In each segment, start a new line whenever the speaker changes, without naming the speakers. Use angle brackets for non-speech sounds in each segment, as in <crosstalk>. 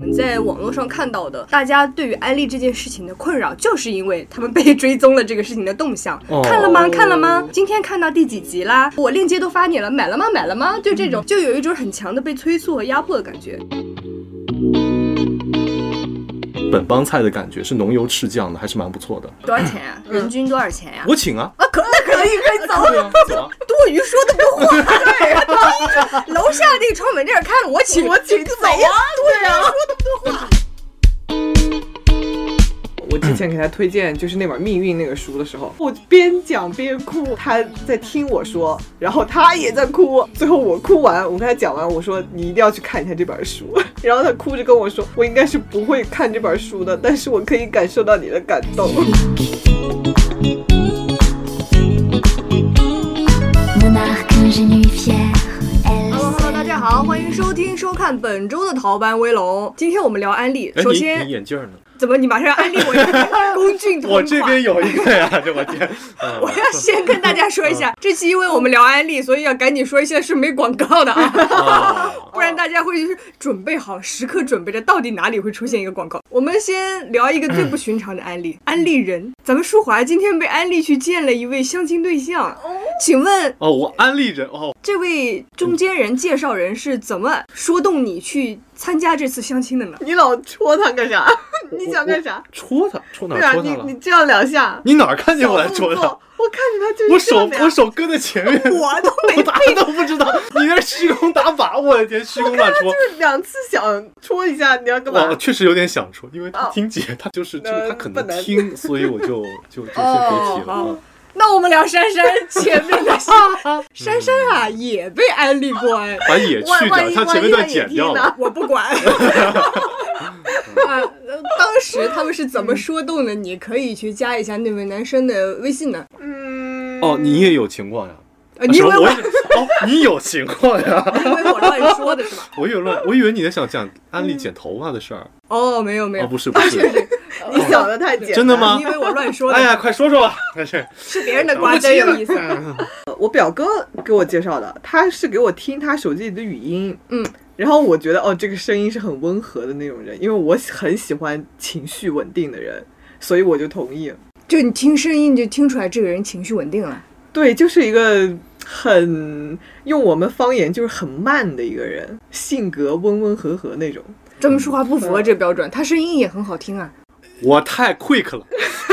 我们在网络上看到的，大家对于安利这件事情的困扰，就是因为他们被追踪了这个事情的动向。
哦
看了吗？看了吗？今天看到第几集啦？我链接都发你了，买了吗？买了吗？就这种，就有一种很强的被催促和压迫的感觉。
本帮菜的感觉是浓油赤酱的，还是蛮不错的。
多少钱啊？人均多少钱呀、
我请啊，
啊，可那可以，可以走了。
对啊，走啊，
多余说的不话，对啊，楼下那个窗门这儿看了，我请，我请，走啊，对呀、说的不多话。
我之前给他推荐就是那本《命运》那个书的时候，我边讲边哭，他在听我说，然后他也在哭。最后我哭完，我跟他讲完，我说你一定要去看一下这本书。然后他哭着跟我说，我应该是不会看这本书的，但是我可以感受到你的感动。
Monarque ingénu fier, elle
Hello Hello，大家好，欢迎收听收看本周的逃班威龙。今天我们聊安利，
哎，
首
你你
先
眼镜呢？
怎么你马上要安利我一个龚俊同款？
<laughs> 我这边有一个呀，这我天，嗯
我要先跟大家说一下，这期因为我们聊安利，所以要赶紧说一下是没广告的啊。
啊
<laughs> 不然大家会就是准备好，时刻准备着到底哪里会出现一个广告。我们先聊一个最不寻常的案
嗯
例，安利人。咱们舒华今天被安利去见了一位相亲对象，请问
哦，我安利人哦，
这位中间人、介绍人是怎么说动你去参加这次相亲的呢？
你老戳他干啥？你想干啥？
戳他，戳哪
对
儿
啊，
戳
你
他了
你？这样两下，
你哪儿看见我来
小
戳
动
他
作？我看着他就是
我手
这样
我手搁在前面，
我都没
我打都不知道，你那是虚空打靶，我的天，虚空乱戳。
就是两次想戳一下，你要干
我
嘛？
确实有点想戳，因为他
哦
听姐，他就是这
那
个，他可
不
能
能
听，所以我就就就先别提了。
好
啊。
那我们聊珊珊前面的 <laughs> 事珊珊啊，也被安利过哎。
把野去
万万
掉，
一
他前面
万一他
段
也
剪掉
听
了
呢。
我不
<laughs>
管。啊，呃当时他们是怎么说动的？你可以去加一下那位男生的微信呢。
嗯，
哦，你也有情况呀？
啊，你以
什
为
么
我
我也哦，你有情况呀？
以为我乱说的是
<laughs>
吧？
我以为乱，我以为你在想讲安利剪头发的事儿。
哦，没有嗯没有，啊
哦，不是不是，
你想的太简单。
真的吗
你以为我乱说的？
哎呀，啊快说说吧。但是
是别人的瓜，真有意思。
我表哥给我介绍的，他是给我听他手机里的语音，
嗯，
然后我觉得哦，这个声音是很温和的那种人，因为我很喜欢情绪稳定的人，所以我就同意。
就你听声音，你就听出来这个人情绪稳定了。
对，就是一个很用我们方言就是很慢的一个人，性格温温和和那种。
这么说话不符合这标准，他声音也很好听啊。
我太 quick 了，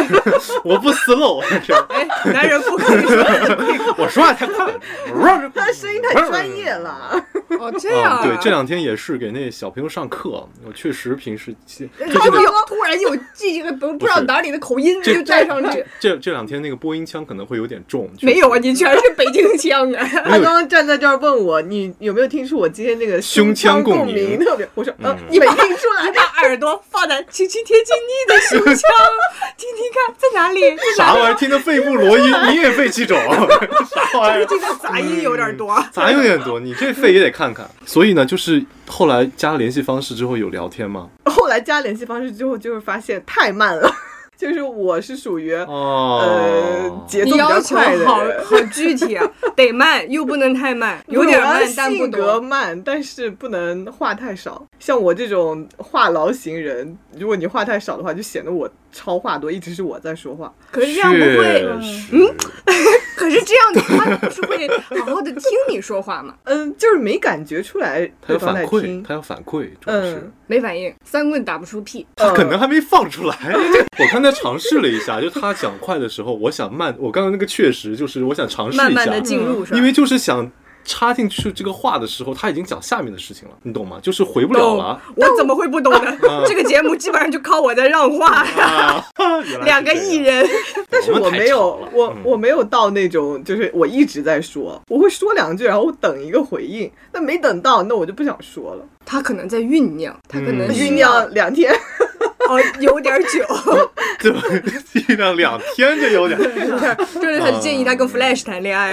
<laughs> 我不 slow，
哎，男人不可以说
我说话太快了。
他的声音太专业
嗯
了，
哦，这样啊。
对，这两天也是给那小朋友上课，我确实平时这
他们突然有这个不不知道哪里的口音
这
就带上去，
这这两天那个播音腔可能会有点重。确实
没有啊，你全是北京腔啊。
他刚刚站在这儿问我，你有没有听出我今天那个
胸腔
腔
共
鸣？
鸣
特别，我 <laughs> 说，呃，
嗯
你没听出来
你。把耳朵放在亲亲贴近你的胸腔，听听看在哪里？
啥玩意儿？听得肺部罗音，你也肺
<laughs>
气肿，啥玩意儿？
这个杂音有点多。
咱有点多，你这肺也得看看。所以呢，就是后来加了联系方式之后有聊天吗？
后来加联系方式之后，就是发现太慢了， <laughs> 就是我是属于、
哦
呃，节奏
你
比较
要求
快的
好
人。
好具体啊，得慢又不能太慢，有
不是
点
我要
慢但不
性格
多。
慢，但是不能话太少。像我这种话痨型人，如果你话太少的话，就显得我超话多，一直是我在说话。
可是这样不会，嗯
确实
可是这样他不是会好好的听你说话吗？
嗯，就是没感觉出来
他
对
要
方
反
在
馈，
听。
他要反馈，主要是。
嗯，
没反应，三棍打不出屁。
他可能还没放出来，
嗯
<laughs> 我刚才尝试了一下，就他讲快的时候，我想慢，我刚刚那个确实就是我想尝试一下，嗯
慢慢的进入是吧？
因为就是想插进去这个话的时候，他已经讲下面的事情了，你懂吗？就是回不了了。
我怎么会不懂呢？这个节目基本上就靠我在让话，
<laughs> 啊，
两个艺，人。
但是我
们太
没有
吵了，
我
嗯 <laughs>
我没有到那种，就是我一直在说，我会说两句，然后我等一个回应。那没等到，那我就不想说了，
他可能在酝酿，他可能
嗯
需
酝
要
酿两天。
哦，有点久。 <laughs>
对，尽量两天这有点
就是他建议他
嗯
跟 Flash 谈恋爱，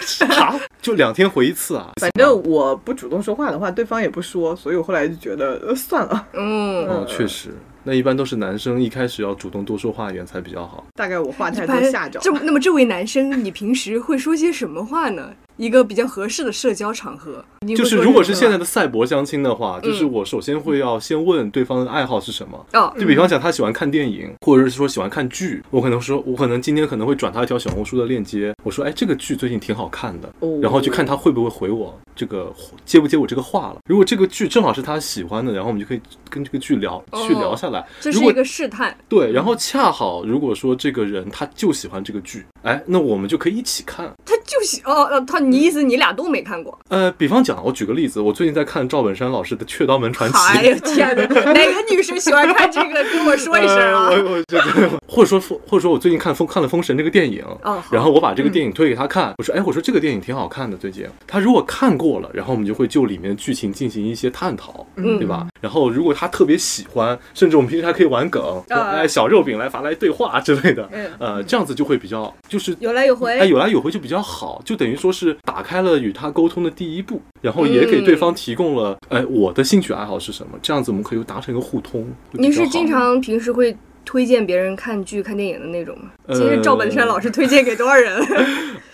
啥，就两天回一次啊。
反正我不主动说话的话，对方也不说，所以我后来就觉得、呃、算了。 <laughs>
嗯，
哦，确实，那一般都是男生一开始要主动多说话言才比较好。
大概我话太多
反正
吓着，
这么那么这位男生，你平时会说些什么话呢？一个比较合适的社交场合。嗯你会嗯
就是
做
如果
这
是
种
现
吗
在的赛博相亲的话，就是我首先会要先问对方的爱好是什么。
哦，
就比方讲，他喜欢看电影，或者是说喜欢看剧，我可能说，我可能今天可能会转他一条小红书的链接，我说，哎，这个剧最近挺好看的，
哦
然后就看他会不会回我这个接不接我这个话了。如果这个剧正好是他喜欢的，然后我们就可以跟这个剧聊
哦
去聊下来。
这
如
是
果
一个试探。
对，然后恰好如果说这个人他就喜欢这个剧，哎，那我们就可以一起看。
他就喜哦哦，他你意思你俩都没看过？
呃，比方讲，我举个例子，我最近在看赵本山老师的《雀刀门传奇》
哎呀天
<laughs>
哪，哪个女生喜欢看这个？跟我说一声啊！
呃我我觉得，或者说封，或者说我最近看封看了《封神》这个电影，
哦好
然后我把这个电影推给他看，我说，哎，我说这个电影挺好看的，最近。他如果看过了，然后我们就会就里面的剧情进行一些探讨，
嗯
对吧？然后如果他特别喜欢，甚至我们平时还可以玩梗，说
啊
哎，小肉饼来发来对话之类的，
嗯
呃，这样子就会比较就是
有来有回
哎，有来有回就比较好，就等于说是打开了与他沟通的第一步，然后也给对
嗯
方提供了，哎，我的兴趣爱好是什么，这样子我们可以达成一个互通。会比
您
较
是
好
经常平时会推荐别人看剧、看电影的那种吗？今日
呃
赵本山老师推荐给多少人？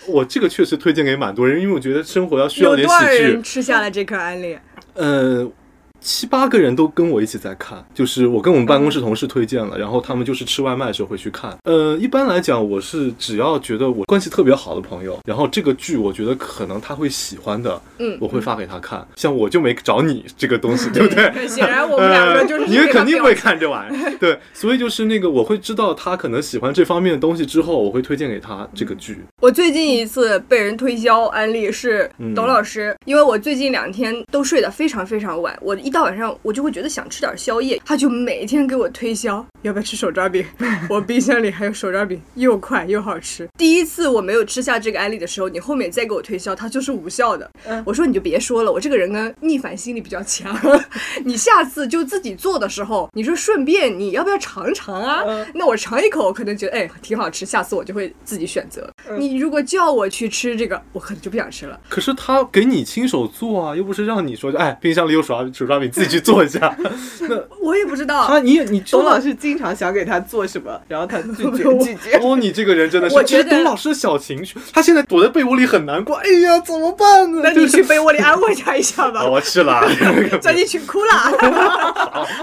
我这个确实推荐给蛮多人，因为我觉得生活要 <laughs> 需要
有
点
多
喜
少人
剧。
吃下了这颗安利？
呃，七八个人都跟我一起在看，就是我跟我们办公
嗯
室同事推荐了，然后他们就是吃外卖的时候会去看。呃，一般来讲，我是只要觉得我关系特别好的朋友，然后这个剧我觉得可能他会喜欢的，
嗯
我会发给他看。像我就没找你这个东西， <laughs> 对不对？
显然我们两个就是
呃、 <laughs> 你们
非常
肯定
标
会
准
看这玩意儿，对，所以就是那个我会知道他可能喜欢这方面的东西之后，我会推荐给他这个剧。
我最近一次被人推销安利是
嗯
董老师，因为我最近两天都睡得非常非常晚，我一到晚上我就会觉得想吃点宵夜，他就每天给我推销要不要吃手抓饼， <laughs> 我冰箱里还有手抓饼，又快又好吃。第一次我没有吃下这个安利的时候，你后面再给我推销，它就是无效的。我说你就别说了，我这个人呢逆反心理比较强， <laughs> 你下次就自己做的时候，你说顺便你要不要尝尝啊？
嗯
那我尝一口，我可能觉得哎挺好吃，下次我就会自己选择。
嗯
你如果叫我去吃这个，我可能就不想吃了。
可是他给你亲手做啊，又不是让你说，哎，冰箱里有手抓手抓饼，自己去做
<laughs>
一下。
我也不知道，
他你也你
董老
师，
师经常想给他做什么，然后他拒 <laughs>
我
绝拒绝。
哦，你这个人真的是，
我觉得
这是董老师的小情绪，他现在躲在被窝里很难过，哎呀，怎么办呢？
那你
就是
去被窝里安慰他一下吧
啊，。我去
<laughs>
了。
钻进去哭了。
<laughs>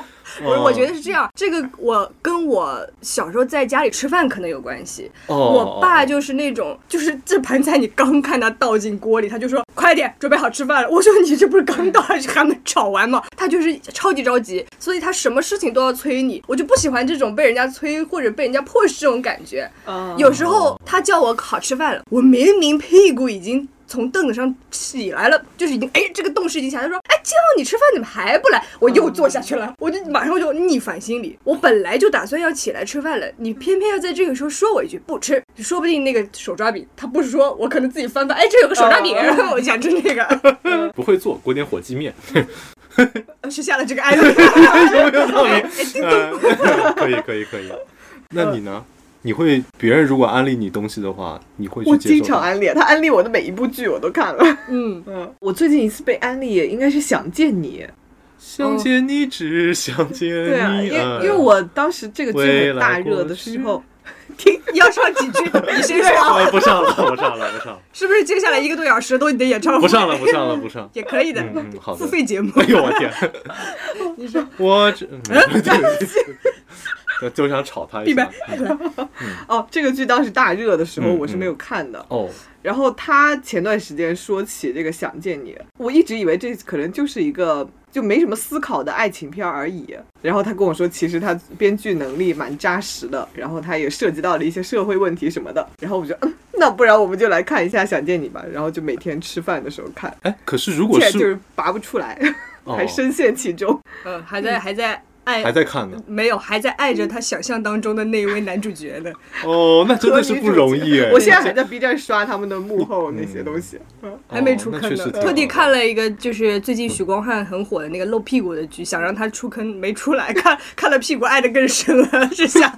我
哦
我觉得是这样，这个我跟我小时候在家里吃饭可能有关系。
哦
我爸就是那种，就是这盘菜你刚看他倒进锅里，他就说快点准备好吃饭了。我说你这不是刚倒还是还没炒完吗？他就是超级着急，所以他什么事情都要催你。我就不喜欢这种被人家催或者被人家迫使这种感觉。
啊
有时候
哦
他叫我好吃饭了，我明明屁股已经从凳子上起来了，就是已经哎这个动势已经起来，他说哎叫你吃饭怎么还不来？我又坐下去
嗯
了，我就马上就逆反心理，我本来就打算要起来吃饭了，你偏偏要在这个时候说我一句不吃，说不定那个手抓饼他不说，我可能自己翻翻，哎这有个手抓饼，
哦
然后我想吃这个，
不会做锅点火鸡面，
吃下了这个安利。
有没有道理？
哎叮咚
嗯可以可以可以。那你呢？你会别人如果安利你东西的话，你会去
我
接
经
受
常
吗？
安利他，安利我的每一部剧我都
<laughs>
看了。
嗯，
嗯，我最近一次被安利应该是《想见你》，
想见你，只想见你。
对啊，因为
嗯
因为我当时这个剧
未
很
来
大热
过
的时
去
候，
听要唱几句，你先
<laughs>
说，
呃，不上了，不上了，不上了，
是不是接下来一个多小时都你的演唱会？
不上了，不上了，不上。
也可以的，
嗯嗯，好的
付。费节目。
哎呦我天！
你说
我这，嗯就想吵他一
闭
下
麦。
嗯
哦，这个剧当时大热的时候
嗯
我是没
嗯
有看的。
哦，
然后他前段时间说起这个《想见你》，我一直以为这可能就是一个就没什么思考的爱情片而已。然后他跟我说，其实他编剧能力蛮扎实的，然后他也涉及到了一些社会问题什么的。然后我就，嗯，那不然我们就来看一下《想见你》吧。然后就每天吃饭的时候看，
哎，可是如果
现在就是是拔不出来，
哦
还深陷其中。
嗯，还在还在爱，
还在看呢，
没有还在爱着他想象当中的那一位男主角呢。
哦，那真的是不容易哎。
我现在还在 B 站刷他们的幕后那些东西。嗯
哦
还没出
那
坑
确
呢呃
实，挺
特地
好的
看了一个，就是最近许光汉很火的那个露屁股 <laughs> 的剧，想让他出坑没出来，看看了屁股爱的更深了，是想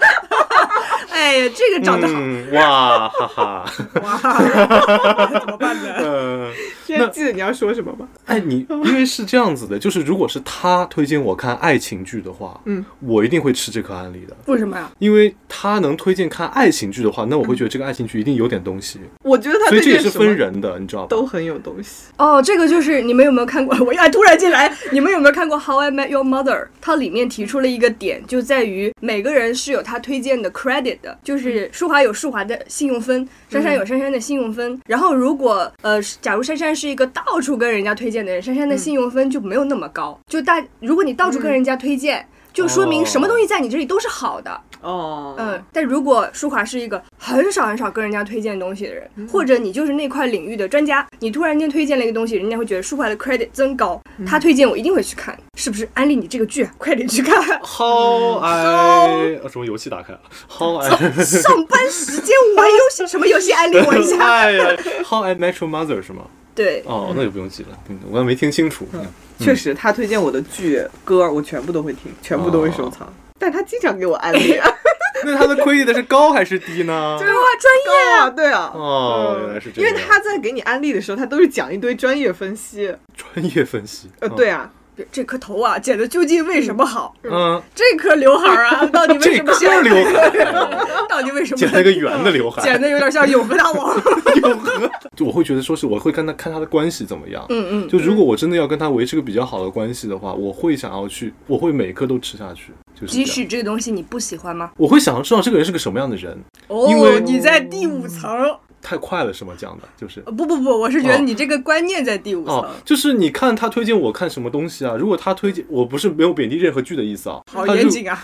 哎呀，这个长得好、
嗯，哇，哈哈，
哇，啊 <laughs> 怎么办呢？
嗯、
现在记得你要说什么吗？
<laughs> 哎，你因为是这样子的，就是如果是他推荐我看爱情剧的话，
嗯，
我一定会吃这颗安利的，
为什么呀？
因为他能推荐看爱情剧的话，那我会觉得这个爱情剧一定有点东西，
我觉得他
所以
推
这也
荐
是
什么
分人的，你知道吧？。
都很有东西。
哦，这个就是你们有没有看过？ <laughs> 我哎，突然进来，你们有没有看过《How I Met Your Mother》？它里面提出了一个点，就在于每个人是有他推荐的 credit 的，就是舒华有舒华的信用分，珊珊有珊珊的信用分。然后如果呃，假如珊珊是一个到处跟人家推荐的人，珊珊的信用分就没有那么高。就大，如果你到处跟人家推荐。就说明什么东西在你这里都是好的，
哦，
嗯，，但如果舒华是一个很少很少跟人家推荐东西的人，或者你就是那块领域的专家，你突然间推荐了一个东西，人家会觉得舒华的 credit 增高，他推荐我一定会去看，是不是？安利你这个剧，啊快点去看
How <laughs> I 呃什么游戏打开了？How I
上班时间玩游戏，什么游戏安利我一
<laughs>
下？
哎呀，How I Met Your Mother 是吗？
对，
哦，那就不用记了，嗯我也没听清楚。
确实，他推荐我的剧、歌，我全部都会听，全部都会
哦
收藏。但他经常给我安利， <laughs>
那他的 credit 是高还是低呢？
对哇，专业。
对啊，对啊。
哦，
嗯
原来是这
因
样。
为他在给你安利的时候，他都是讲一堆专业分析。
专业分析，
呃，
嗯
对，啊，
这这颗头啊，剪的究竟为什么好？
嗯，
这颗刘海儿啊，到底为
这
什么
颗
选？
刘
<laughs>
海，
<laughs>
哦
到底为什么
剪了个圆的刘海，
剪的有点像永和大
<laughs>
王？
有何？就我会觉得说是我会看他看他的关系怎么样。
嗯嗯，
就如果我真的要跟他维持个比较好的关系的话，我会想要去，我会每一颗都吃下去，就是
即
这样。
使这个东西你不喜欢吗？
我会想要知道这个人是个什么样的人。因
哦
为，
你在第五层。
太快了是吗？讲的就是
呃不不不，我是觉得
哦
你这个观念在第五层。
哦，就是你看他推荐我看什么东西啊？如果他推荐，我不是没有贬低任何剧的意思啊。
好
他如
严谨
<laughs>
啊！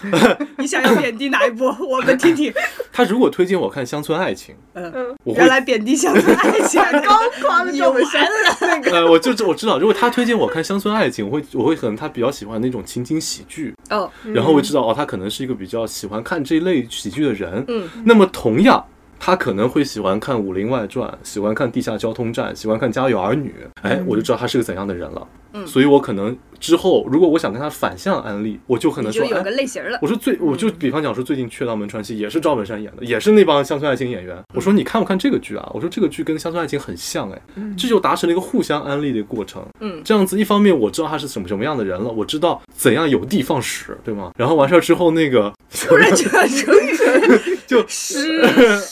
你想要贬低哪一波？我们听听。
他如果推荐我看乡村爱情，
嗯，
我会
原来贬低乡村爱情，
刚夸的
你
这
完
么深，
了。
呃，我就知我知道，如果他推荐我看乡村爱情，我会我会可能他比较喜欢那种情景喜剧，
哦，
然后我知道 <laughs> 哦，他可能是一个比较喜欢看这一类喜剧的人。
嗯，
那么同样。他可能会喜欢看《武林外传》，喜欢看《地下交通站》，喜欢看《家有儿女》。哎，我就知道他是个怎样的人了。
嗯
所以我可能之后如果我想跟他反向安利，我就可能
你
说，
就有
哎
个类型了
我。说最，我就比方讲说，最近《雀刀门传奇》也是赵本山演的，也是那帮乡村爱情演员。我说你看不看这个剧啊？我说这个剧跟乡村爱情很像哎，这就达成了一个互相安利的过程。
嗯
这样子一方面我知道他是什么什么样的人了，我知道怎样有的放矢，对吗？然后完事儿之后，那个
突然觉得成语
就
诗诗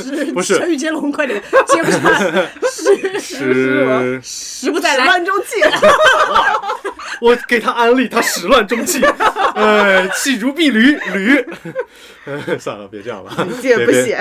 诗，
<laughs> 不是
成语接龙，快点接不上，
<laughs> 是，
时不再来。
万中气。
我给他安利，他始乱终弃， <laughs> 呃，气如敝驴驴。 <laughs> 呃算了，别这样了，
这
别
不
别
写，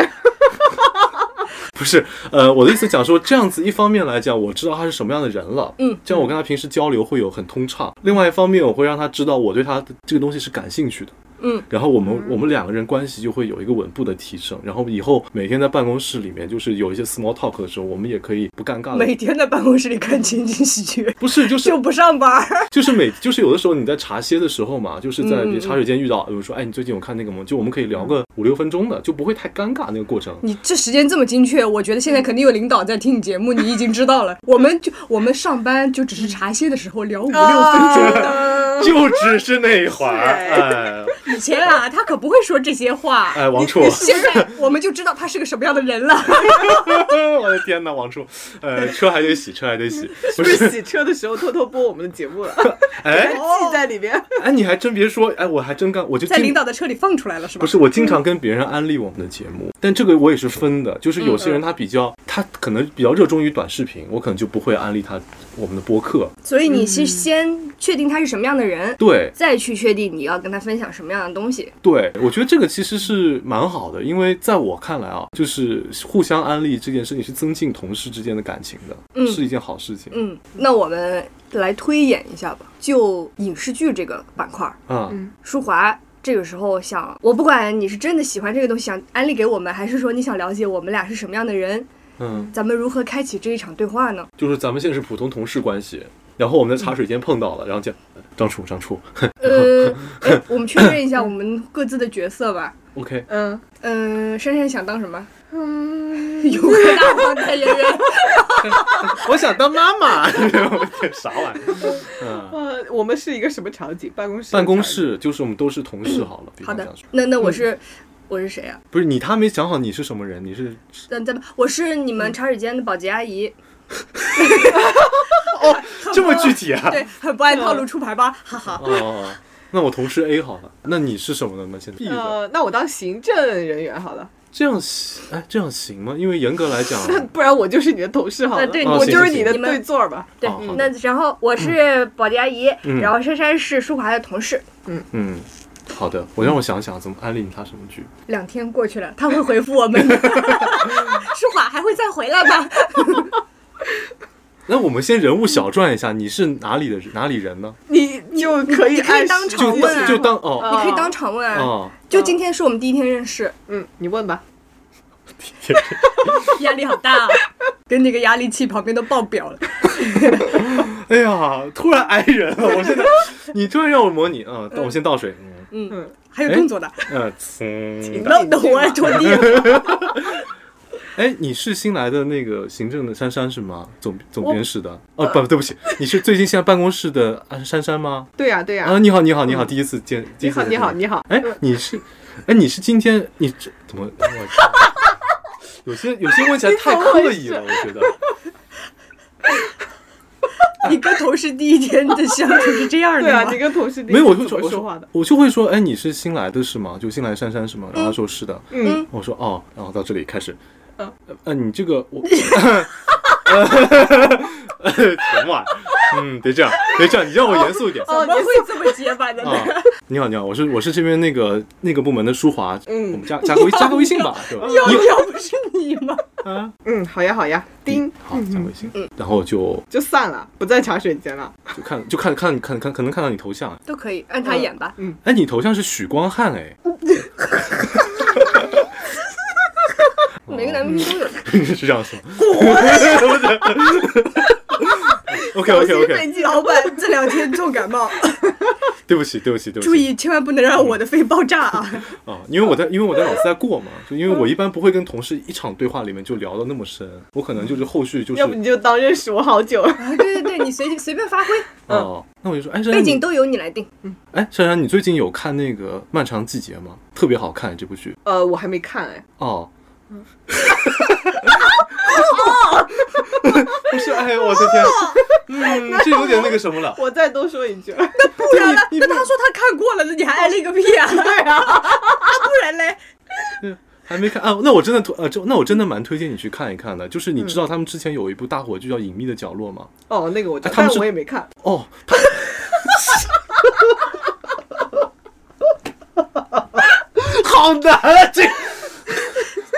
不是，呃，我的意思讲说，这样子一方面来讲，我知道他是什么样的人了，
嗯，
这样我跟他平时交流会有很通畅。另外一方面，我会让他知道我对他的这个东西是感兴趣的，
嗯，
然后我们我们两个人关系就会有一个稳步的提升。然后以后每天在办公室里面，就是有一些 small talk 的时候，我们也可以不尴尬
每
的。
天在办公室里看情景喜剧，
不是，就
<laughs>
是
就不上班。
就是每就是有的时候你在茶歇的时候嘛，就是在
嗯嗯嗯
茶水间遇到，比如说，哎，你最近有看那个吗？就我们可以聊
嗯
个五六分钟的，就不会太尴尬那个过程。
你这时间这么精确，我觉得现在肯定有领导在听你节目，你已经知道了。我们就我们上班就只是茶歇的时候聊五六分钟。
啊
就只是那一会儿，哎
<laughs> 以前啊，他可不会说这些话。
哎，王处，
现在我们就知道他是个什么样的人了。
<laughs> 我的天哪，王处，
<laughs>
呃，车还得洗，车还得洗，不
不是
是？
洗车的时候偷偷播我们的节目了，
<laughs>
还
哎
记在里面。
哎，你还真别说，哎，我还真干，我就
在
经
领导的车里放出来了，是吧？
不是，我经常跟别人安利我们的节目，但这个我也是分的，就是有
嗯
些人他比较，他可能比较热衷于短视频，我可能就不会安利他我们的播客。
所以你是先确定他是什么样的人，
对
再去确定你要跟他分享什么样的东西。
对，我觉得这个其实是蛮好的，因为在我看来啊，就是互相安利这件事情是增进同事之间的感情的，
嗯
是一件好事情
嗯，那我们来推演一下吧，就影视剧这个板块儿，
啊。
舒华。这个时候想，我不管你是真的喜欢这个东西，想安利给我们，还是说你想了解我们俩是什么样的人，
嗯
咱们如何开启这一场对话
<laughs>
呢？
就是咱们现在是普通同事关系，然后我们在茶水间碰到了，然后讲张楚张楚
呃，哎，我们确认一下我们各自的角色吧。
，OK， <laughs>
嗯
嗯、珊珊想当什么？<laughs>
嗯，
有个大王代言
<laughs>
人。
我想当妈妈，我天啥玩意儿？嗯，
<laughs> 呃，我们是一个什么场景？办公室。
办公。室就是我们都是同事好了，比
好
方
的
讲说，
那那我是，我是谁啊？
不是你，他没想好你是什么人，你是
咱咱们，我是你
嗯
们茶水间的保洁阿姨，
这么具体
<laughs>
啊？
对，很不按套路出牌吧，哈哈。
哦，那我同事 A 好了，那你是什么呢？现在 B 的
呃，那我当行政人员好了，
这样行，哎，这样行吗？因为严格来讲，
那 <laughs> 不然我就是你的同事好了，
那对
哦
我就
行行
是啊你的
行
对座儿吧。
对
哦好的，
那然后我是保洁阿姨，
嗯
然后珊珊是舒华的同事。
嗯，好的，我让我想想怎么安利你他什么剧。
两天过去了，他会回复我 <laughs> 们的。舒华还会再回来吗？
那我们先人物小传一下，你是哪里的人哪里人呢？
你就可以
你可以
暗示
当
自
场
就
访问啊
就当哦
你可以当场问啊。
哦，
就今天是我们第一天认识，
嗯，你问吧。
哦 <laughs>
压力好大、啊，跟那个压力器旁边都爆表了。
<laughs> 哎呀，突然挨人了，我现
<laughs>
在你突然让我模拟啊，嗯我先倒水，嗯
嗯
嗯，
还有动作的，
嗯，呲
哎那等我来拖地。
哎，你是新来的那个行政的珊珊是吗？总总编室的
呃
哦，不，对不起，你是最近现在办公室的安珊珊吗？
对呀、对呀、
啊，你好，你好，你好，第一次见，第一
你
次
好，嗯你好，
见
你好。
哎，你是，哎，你是今天你这怎
<laughs>
么？我有些有些问起来太刻意了，我觉得。
你跟同事第一天的相处是这样
对
的
啊，
吗
你？跟同事第一
没有，我
次
就说
怎么
我
说话的？
我就会说，哎，你是新来的是吗？就新来珊珊是吗？然后他说是的，
嗯
嗯，
我说哦，然后到这里开始，
嗯
呃，呃你这个我， <laughs> 呃， <laughs> 什么玩意儿？嗯，别这样，别这样，你让我严肃一点。
怎么会这么结巴的呢？
啊，你好，你好，我是我是这边那个那个部门的舒华，
嗯
我们加加个微加个微信吧，对
<laughs>
吧？
要要不是你 <laughs> 吗？
你啊，
嗯，好呀，好呀。叮，
好，加微信，然后就
就散了，不在茶水间了。
就看就看看看看，可能看到你头像，
都可以按他演吧。
哎，你头像是许光汉，哎， <laughs>
每个男明星都有。
是这样说。OK OK
小心
OK，
被记老板这两天重感冒，
<laughs> 对不起对不起对不起，
注意千万不能让我的肺爆炸 <laughs> 啊！
啊，因为我在因为我在老是在过
<laughs>
嘛，就因为我一般不会跟同事一场对话里面就聊到那么深，我可能就是后续
嗯
就是啊
要不你就当认识我好久了。 <laughs>
对啊对对，你随随便发 <laughs> 挥，
哦，那我就说，哎，珊
嗯背
珊
景
你，
都由你来定。
哎，珊珊，你最近有看那个《漫长季节》吗？特别好看这部剧
呃，我还没看哎。
哦。
嗯
<laughs>
哦
不是，哎，我的天，嗯，这有点那个什么了。
我再多说一句， <laughs>
不然了，
你
啊那他说他看过了，那你还挨了一个
<laughs>
屁啊？对 <laughs> 啊，不然嘞？
还没看啊？那我真的推呃，就那我真的蛮推荐你去看一看的。就是你知
嗯
道他们之前有一部大火剧叫《隐秘的角落》吗？
哦，那个我知道
哎，他
但
们是
我也没看。 <laughs>
哦，好难啊！这，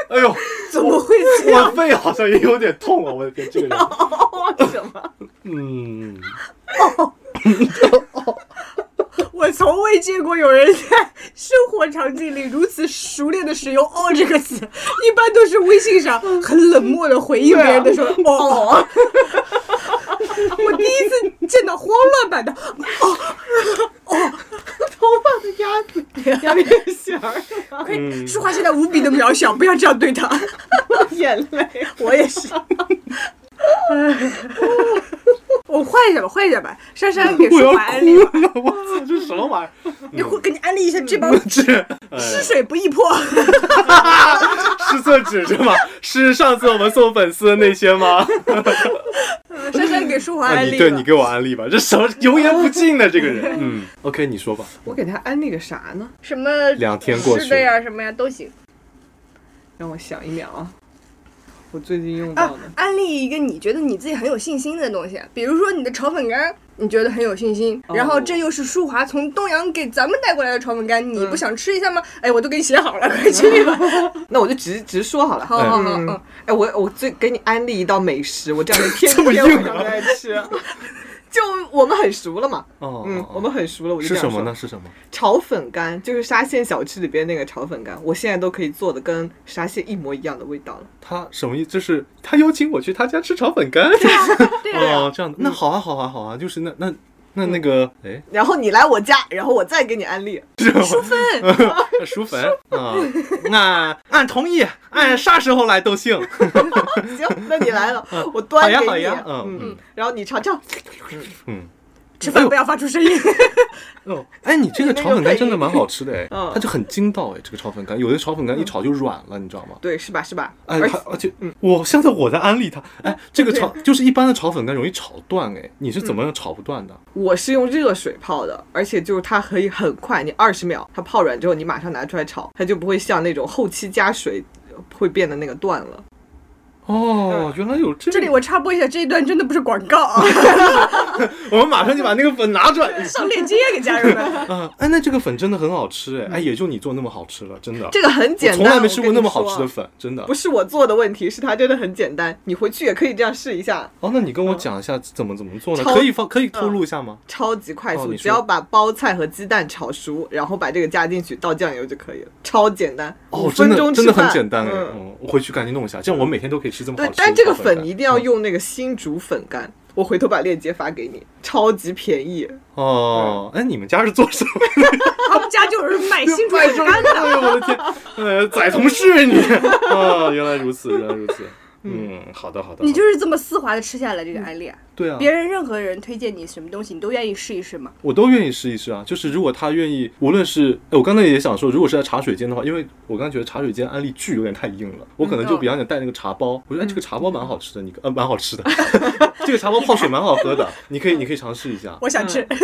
哎呦，
怎么会这样？
我肺好像也有点痛啊！我的天，这个人，
<laughs> 哦，什 <laughs> 么？
嗯，
我从未见过有人在生活场景里如此熟练的使用“哦”这个词，一般都是微信上
嗯
很冷漠的回
啊
应别人的时候“哦”。 <laughs> 我第一次见到慌乱版的，
头发的鸭子，鸭子弦儿，啊
可
嗯
以，舒华现在无比的渺小，不要这样对他。
<laughs> 眼泪。
我也是。我换一下吧，换一下吧。珊珊给
<laughs> 我
舒
要
华安利，
哭了！我操， <laughs> 这什么玩意
<laughs>
儿？
你会给你安利一下这帮
这，
吃
哎，
水不易破。
是厕纸是吗？是上次我们送粉丝的那些
<laughs>
吗？
珊珊给舒华
啊，
安
你
利
对
吧
你给我安利吧，这什么油盐不进的这个人？
<laughs>
嗯，OK，你说吧。
<laughs> 我给他安利个啥呢？
什么
两天过去
吃的呀，什么呀都行。
让我想一秒啊，我最近用
啊
到的，。 <laughs>
安利一个你觉得你自己很有信心的东西，比如说你的炒粉干，你觉得很有信心，
哦
然后这又是舒华从东阳给咱们带过来的炒粉干，你不想吃一下吗？哎，我都给你写好了，快去 <laughs> 吧。
那我就直直说好了。
好好好，
嗯
嗯，，
哎，我我最给你安利一道美食，我这
<laughs>
两天
这
天
么
天
硬
晚上
啊
都在吃。 <laughs> 就我们很熟了嘛，
哦，
嗯
哦，
我们很熟了，我就是这样
什
说
么呢？？是什么？
炒粉干就是沙县小吃里边那个炒粉干，我现在都可以做的跟沙县一模一样的味道了。
他什么意思？就是他邀请我去他家吃炒粉干。
对 <laughs> 啊，
哦，这样的，那好啊，好啊，好啊，就是那那那那个，哎，
然后你来我家，然后我再给你安利。
淑
<laughs>
芬，
哎淑 <laughs> 芬啊，俺俺同意，俺啥时候来都行。
行，那你来了，我
嗯好
端
呀
给你。
好呀嗯
嗯
嗯
然后你尝尝。
<laughs> 嗯，
吃饭不要发出声音。
哦，哎，你这个炒粉干真的蛮好吃的哎
嗯，
它就很筋道哎，这个炒粉干，有的炒粉干一炒就软了，你知道吗？
对，是吧？是吧？
哎，
而
它而且我现在我在安利它，哎，这个炒就是一般的炒粉干容易炒断哎，你是怎么样炒不断的？
我是用热水泡的，而且就是它可以很快，你二十秒它泡软之后，你马上拿出来炒，它就不会像那种后期加水呃会变得那个断了。
哦，原来有这
<laughs>
个。
这里我插播一下，这一段真的不是广告啊，
我们马上就把那个粉拿出来。
上链接给家人们。
嗯
啊，哎，那这个粉真的很好吃哎，哎，也就你做那么好吃了，真的。
这个很简单，
我从来没吃过
我跟你
那么好吃的
说。
粉，真的
不。是我做的问题，是它真的很简单，你回去也可以这样试一下，
哦，那你跟我讲一下怎么怎么做呢？
嗯超嗯
可以放可以透露一下吗？
超级快
哦
速，
你说
只要把包菜和鸡蛋炒熟，然后把这个加进去，倒酱油就可以了，超简单，五
哦，真
分
的
钟
真
吃
的
饭
很简单哎，
嗯，
嗯，我回去赶紧弄一下，这样我每天都可以吃这么好
对
吃，的炒粉。
但这个粉一定要
嗯
用那个新竹粉干，我回头把链接发给你，超级便宜。
哦，
嗯
哎，你们家是做什么？
他们家就是买新竹
卖
饼
肉
干的。
<laughs> 哎呦我的天，呃，宰同事你哦，原来如此，原来如此。嗯，好的好的。
你就
好的
是这么丝滑的吃下来这个安利啊？
对啊，
别人任何人推荐你什么东西，你都愿意试一试吗？
我都愿意试一试啊。就是如果他愿意，无论是哎，我刚才也想说，如果是在茶水间的话，因为我刚才觉得茶水间安利剧有点太硬了，我可能就比较想带那个茶包。我觉得哎，这个茶包蛮好吃的，你呃蛮好吃的， <laughs> 这个茶包泡水蛮好喝的，你可以你可以尝试一下。
我想吃，
嗯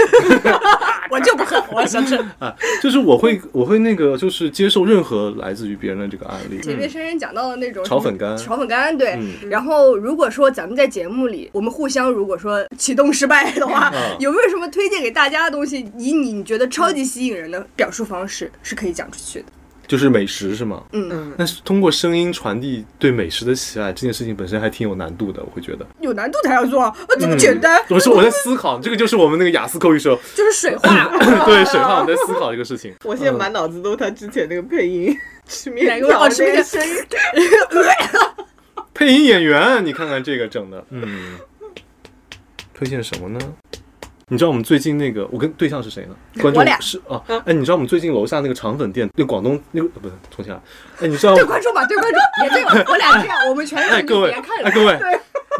<laughs> 我就不喝，我想吃。
啊，就是我会我会那个就是接受任何来自于别人的这个案例。
前面深深讲到的那种
炒粉干
炒粉干对。
嗯
然后如果说咱们在节目里，我们互相如果说启动失败的话，
嗯
有没有什么推荐给大家的东西，以你你觉得超级吸引人的表述方式是可以讲出去的？
就是美食是吗？
嗯，
但是通过声音传递对美食的喜爱，这件事情本身还挺有难度的，我会觉得。
有难度才要做，啊，这
嗯
么简单，
我说我在思考，这个就是我们那个雅思口语时候，
就是水
<laughs>
化。
对水话，我在思考这个事情。
<laughs> 我现在
嗯
满脑子都是他之前那个配音，吃面
哪个好
条
吃
那
面
个声音。
配音演员，你看看这个整的，嗯，推荐什么呢？你知道我们最近那个，我跟对象是谁呢？观众
我俩嗯
是啊，哎，你知道我们最近楼下那个肠粉店，那广东那个不是重新来，哎，你知道
对观众吧，对观众也对吧，我俩这样，我们
<laughs>
全
哎
让你
各位
别看
哎
了。
各位，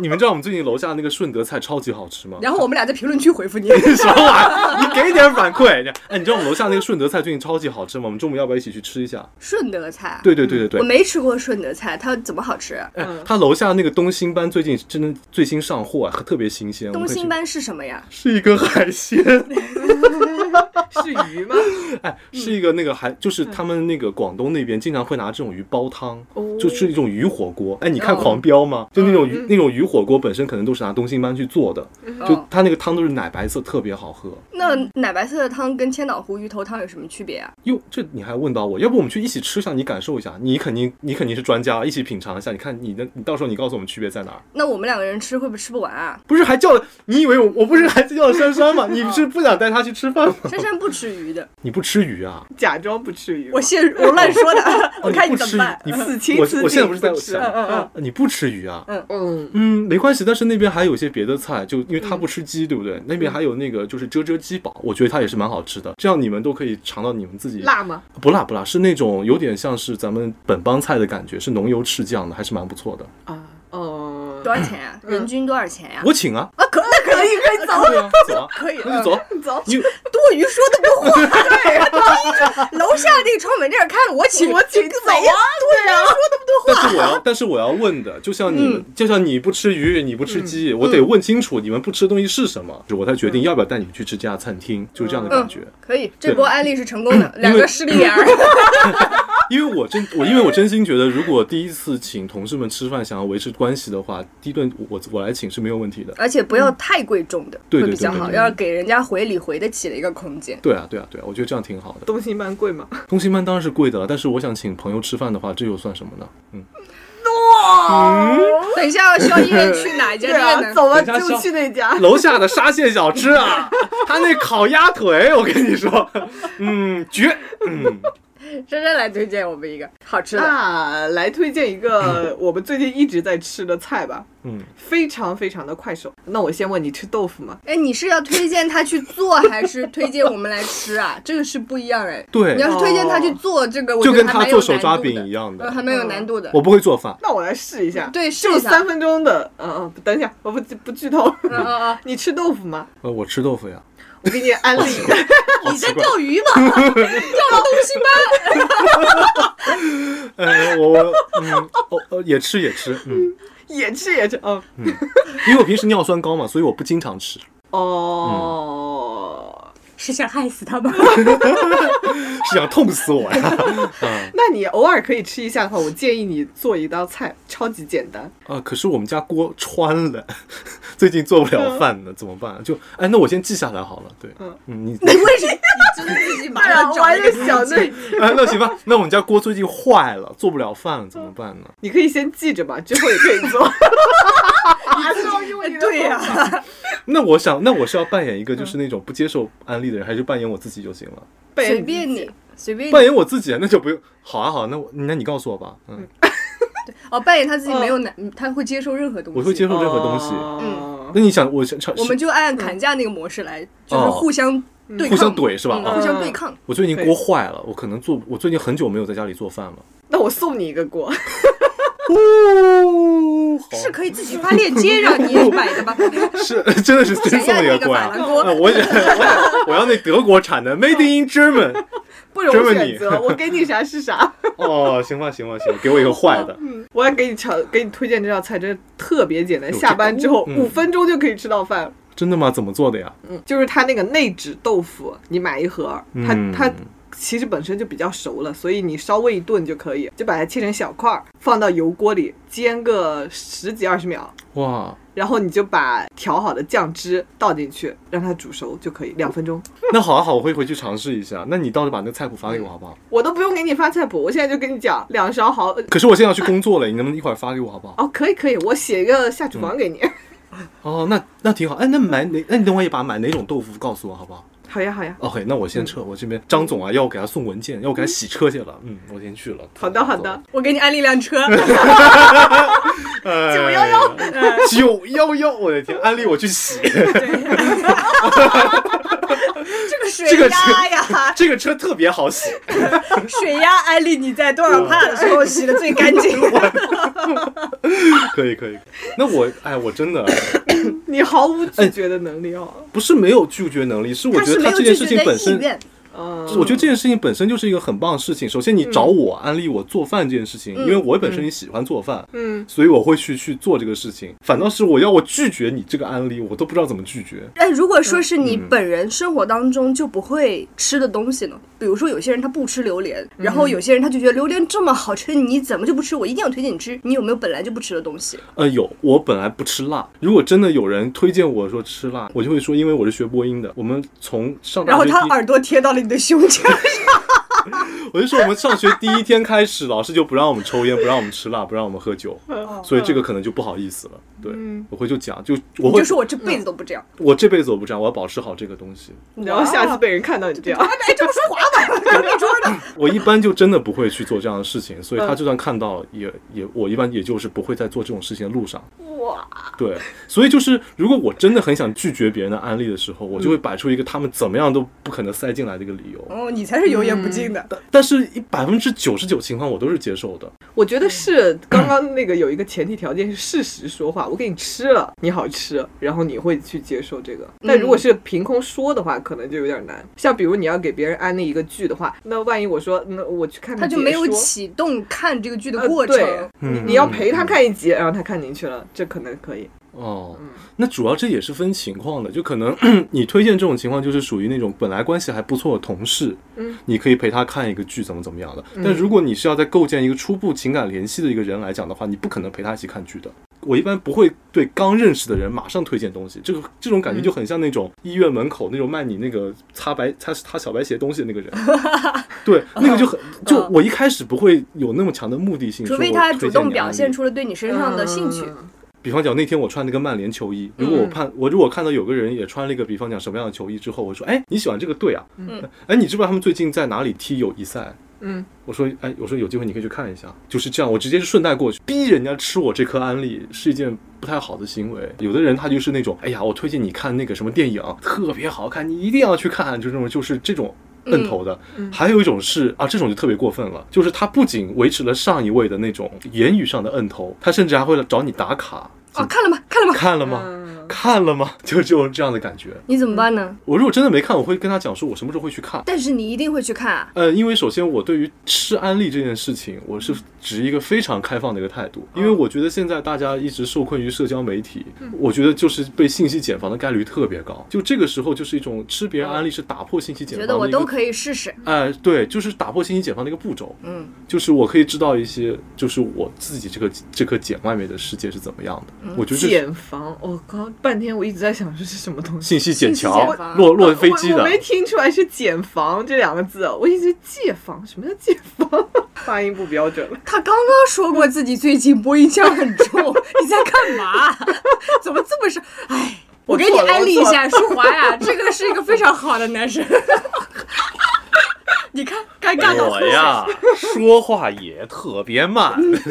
你们知道我们最近楼下那个顺德菜超级好吃吗？
然后我们俩在评论区回复你，
什么玩意儿？你给点反馈。哎，你知道我们楼下那个顺德菜最近超级好吃吗？我们中午要不要一起去吃一下？
顺德菜，
对对对对对
我。没吃过顺德菜，它怎么好吃？
哎，他楼下那个东兴班最近真的最新上货啊，特别新鲜。我
东
们可以去
星斑是什么呀？
是一个海鲜，
是鱼吗？
哎，
嗯
是一个那个海，就是他们那个广东那边经常会拿这种鱼煲汤，
<laughs> 哦
就是一种鱼火锅。哎，你
哦
看《狂飙》
嗯
吗？就那种鱼那种鱼火锅本身可能都是拿东兴班去做的，就
哦
它那个汤都是奶白色，特别好喝。
那奶白色的汤跟千岛湖鱼头汤有什么区别啊？
哟，这你还问到我，要不我们去一起吃上，你感受一下，你肯定你肯定是专家，一起品尝一下，你看你的，你到时候你告诉我们区别在哪儿？
那我们两个人吃会不会吃不完啊？
不是还叫了，你以为我我不是还叫了珊珊
<laughs>
吗？你是不想带她去吃饭吗？
珊珊不吃鱼的，
你不吃鱼啊？
假装不吃鱼。
我现我乱说的，啊
哦
我看
你不
怎
吃
么
鱼
办，
你不
此情
我
此
我现在
景
不是在
不吃
想，
啊
嗯嗯
你不吃鱼啊？
嗯，
嗯，没关系，但是那边还有一些别的菜，就因为他不吃鸡，对不对？那边还有那个就是遮遮鸡煲，我觉得它也是蛮好吃的，这样你们都可以尝到你们自己
辣吗？
不辣不辣，是那种有点像是咱们本帮菜的感觉，是浓油赤酱的，还是蛮不错的。
啊，嗯
多，少钱啊？人均多少钱呀？
我请啊，
啊，可那可以可以走，
对啊，走啊，
可以
那就走。
走。
你
多余说的不话，对，楼下那个炒粉店看了我请
我请
个
走
贼
啊
对呀，说的不多话。
但是我要，但是我要问的，就像你们，就像你不吃鱼，你不吃鸡，我得问清楚你们不吃的东西是什么，我才决定要不要带你们去吃这家餐厅，就是这样的感觉。
可以，这波安利是成功的，
为
两个势利眼儿。
因为我真我因为我真心觉得，如果第一次请同事们吃饭，想要维持关系的话，第一顿我我来请是没有问题的。
而且不要太贵重的，
对
会
对
比
对
较
对
好，
对
要给人家回礼回得起的一个空间。
对啊，对啊，对啊，我觉得这样挺好的。
东星斑贵吗？
通心班当然是贵的了，但是我想请朋友吃饭的话，这又算什么呢？嗯，
嗯等一下，肖一人去哪一家
<laughs> 对
店
啊，
呢？
走吧，
等一下
就去
<laughs>
那家。
嗯楼下的沙县小 <laughs> 吃啊，他那烤鸭腿，我跟你说，嗯，绝，嗯，
珊珊来推荐我们一个好吃
啊
的，
那来推荐
<laughs>
一个我们最近一直在吃的菜吧，
嗯，
非常非常的快手。那我先问你吃豆腐吗？
哎，你是要推荐他去做，还是 <laughs> 推荐我们来吃啊？这个是不一样哎。你
对
要，是推荐他去做这个，我
就
觉得
跟
还
他
蛮有
做手
难
抓
度
饼
的
一样
呃，
的。
还蛮有难度的。
我不会做饭，
那我来试一下，
嗯对，试
就
一下。
三分钟的，嗯嗯，等一下，我不不剧透。
嗯嗯嗯，
<laughs> 你吃豆腐吗？
呃，我吃豆腐呀。
我给你安利一
<laughs>
个，
好
你
奇
在
怪，
钓
<laughs>
鱼吗？钓了东西吗？
呃，我我嗯，哦哦，也吃也吃，嗯，
也吃也吃，嗯，
因为我平时尿酸高嘛，所以我不经常 <laughs> 吃，
哦，
是想害死他吗？
是想痛死我 <laughs> 呀。嗯
那你偶尔可以吃一下的话，我建议你做一道菜，超级简单，
啊，可是我们家锅穿了， <laughs> 最近做不
嗯
了饭呢，怎么办？就哎，那我先记下来好了。对，
嗯
嗯，
<laughs>
你 <laughs>
你为什么？你真的自己马
对啊，
上
我
找了
还
一
在
个
想
自己
那，
哎，那行吧，那我们家锅最近坏了，做不了饭了，怎
嗯
么办呢？
你可以先记着嘛，之后也可以 <laughs> 做。哎还是要用你的
对呀、
那我想，那我是要扮演一个
嗯
就是那种不接受安利的人，还是扮演我自己就行了？
随便你，随便
<laughs> 扮
你。
演我自己，那就不用。好啊，好啊，那我那你告诉我吧。嗯，
哦，扮演他自己没有难，他会接受任何东西。
我会接受任何东西。
嗯，
那你想，我想尝
我
试
们就按砍价那个模式来，就是
哦
互相对
互
抗，
相怼是吧？
嗯
啊
互相对抗。
我最近锅坏了，我可能做，我最近很久没有在家里做饭了。
那我送你一个锅，
哦，好
是可以自己发链接让
<laughs>
你买的吧？
是真的是真
想
送
要
你
那
个
个
锅
法
呀
兰！锅
啊，我也我要我要那德国产的 Made in German。 <laughs>
不容
真问你
选 <laughs> 择，我给你啥是啥。
哦，行吧，行吧，行吧，给我一个坏的。
我要给你炒，给你推荐这道菜，真的特别简单，
有
下班之后
这个嗯
五分钟就可以吃到饭。
真的吗？怎么做的呀？
嗯，就是它那个内酯豆腐，你买一盒，它
嗯
它。其实本身就比较熟了，所以你稍微一炖就可以，就把它切成小块儿，放到油锅里煎个十几二十秒，
哇，
然后你就把调好的酱汁倒进去，让它煮熟就可以，两分钟。
那好啊好，我会回去尝试一下。那你到时候把那个菜谱发给我好不好？
我都不用给你发菜谱，我现在就跟你讲，两勺蚝
可是我现在要去工作了，你能不能一会儿发给我好不好？
哦，可以可以，我写一个下厨房给你。
哦，那那挺好。哎，那买哪？那你等我一把买哪种豆腐告诉我好不好
好呀好呀，
？OK，那我先撤。我这边张总啊，要我给他送文件，要我给他洗车去了。嗯，我先去了。
好的好的，
我给你安利辆
<laughs>
车，
九幺幺，哎九幺幺，我的天，安利我去洗。
这个
这
水
个
压呀，
<laughs> 这个车特别好洗，
水压安利你在多少
嗯
帕的时候洗的最干净。
<laughs> 可以可以。那我哎，我真的
你毫无
哎
拒绝的能力哦。
不是没有拒绝能力，是我
他
觉
是
得
没
他
有
这件
拒
事
绝
情
的
本
意
身
愿，
嗯，
我觉得这件事情本身就是一个很棒的事情。首先，你
嗯
找我安利我做饭这件事情，因为我本身也喜欢做饭，
嗯，
所以我会去去做这个事情。反倒是我要我拒绝你这个安利，我都不知道怎么拒绝。
哎，如果说是你
嗯
本人生活当中就不会吃的东西呢？比如说有些人他不吃榴莲，然
嗯
后有些人他就觉得榴莲这么好吃，你怎么就不吃？我一定要推荐你吃。你有没有本来就不吃的东西？
呃，有，我本来不吃辣，如果真的有人推荐我说吃辣，我就会说，因为我是学播音的，我们从上大
然后
学
他
第一
耳朵贴到了你的胸前，
我就说我们上学第一天开始，老师就不让我们抽烟，不让我们吃辣，不让我们喝酒，
嗯
哦
所以这个可能就不好意思了。对，
嗯
我会就讲，就
你
我会
就说我这辈子都不这样。
我这辈子我不这样，我要保持好这个东西。
然后嗯下啊次被人看到你这样，
<laughs> 我一般就真的不会去做这样的事情，
嗯
所以他就算看到了，也也我一般也就是不会在做这种事情的路上。
哇，
对，所以就是如果我真的很想拒绝别人的安利的时候，我就会
嗯
摆出一个他们怎么样都不可能塞进来的一个理由。
哦，你才是油盐不进的。
嗯
但但是一百分之九十九情况我都是接受的。
我觉
嗯
得是刚刚那个有一个前提条件是事实说话，我给你吃了，你好吃，然后你会去接受这个。
嗯
但如果是凭空说的话，可能就有点难。像比如你要给别人安利一个剧的话，那万一我说，那我去看看
他就
解
没有
说
启动看这个剧的
嗯呃
过程。
对
嗯
你要陪他看一集，然后他看进去了，这可能可以。
哦，
嗯
那主要这也是分情况的，就可能 <clears throat> 你推荐这种情况，就是属于那种本来关系还不错的同事，
嗯，
你可以陪他看一个剧，怎么怎么样的。
嗯
但如果你是要在构建一个初步情感联系的一个人来讲的话，你不可能陪他一起看剧的。我一般不会对刚认识的人马上推荐东西，这个这种感
嗯
觉就很像那种医院门口那种卖你那个擦白擦擦小白鞋东西的那
<laughs>
个人，对，那个就很就我一开始不会有那么强的目的性，
嗯除
说
非
我
他
推
主
荐
动
你啊
表
安利
现出了对你身上的兴趣，
嗯
比方讲那天我穿那个曼联球衣，如果我看、我如果看到有个人也穿了一个比方讲什么样的球衣之后，我说哎你喜欢这个队啊，嗯，哎你知不知道他们最近在哪里踢友谊赛？
嗯，
我说，哎，我说有机会你可以去看一下，就是这样，我直接就顺带过去，逼人家吃我这颗安利是一件不太好的行为。有的人他就是那种，哎呀，我推荐你看那个什么电影，特别好看，你一定要去看，就这种，就是这种。摁头的，还有一种是啊，这种就特别过分了，就是他不仅维持了上一位的那种言语上的摁头，他甚至还会来找你打卡，
哦，看了吗？看了吗？
看了吗？
嗯
看了吗？ <laughs> 就这种这样的感觉。
你怎么办呢？
我如果真的没看，我会跟他讲说，我什么时候会去看。
但是你一定会去看啊。
呃，因为首先我对于吃安利这件事情，我是持一个非常开放的一个态
嗯
度，因为我觉得现在大家一直受困于社交媒体，我觉得就是被信息茧房的概率特别高。就这个时候，就是一种吃别人安利是打破信息茧
觉
房
得我
的一个
都可以试试。
哎，对，就是打破信息茧房的一个步骤。
嗯，
就是我可以知道一些，就是我自己这个这颗茧外面的世界是怎么样的。
嗯
我觉得这是
茧房，我刚半天我一直在想这是什么东西。
信息茧
信息
桥
茧房
落落飞机
我，
的
我没听出来是“茧房”这两个字，哦我一直借房，什么叫借房？发音不标准了。
他刚刚说
嗯
过自己最近播音腔很
<laughs>
重，你在干嘛？怎么这么是？哎，
我给你
错了
安利一
我错了
下舒华呀，这个是一个非常好的男生。 <laughs> 你看，尴尬到
我哎呀，说话也特别慢。
嗯
<laughs>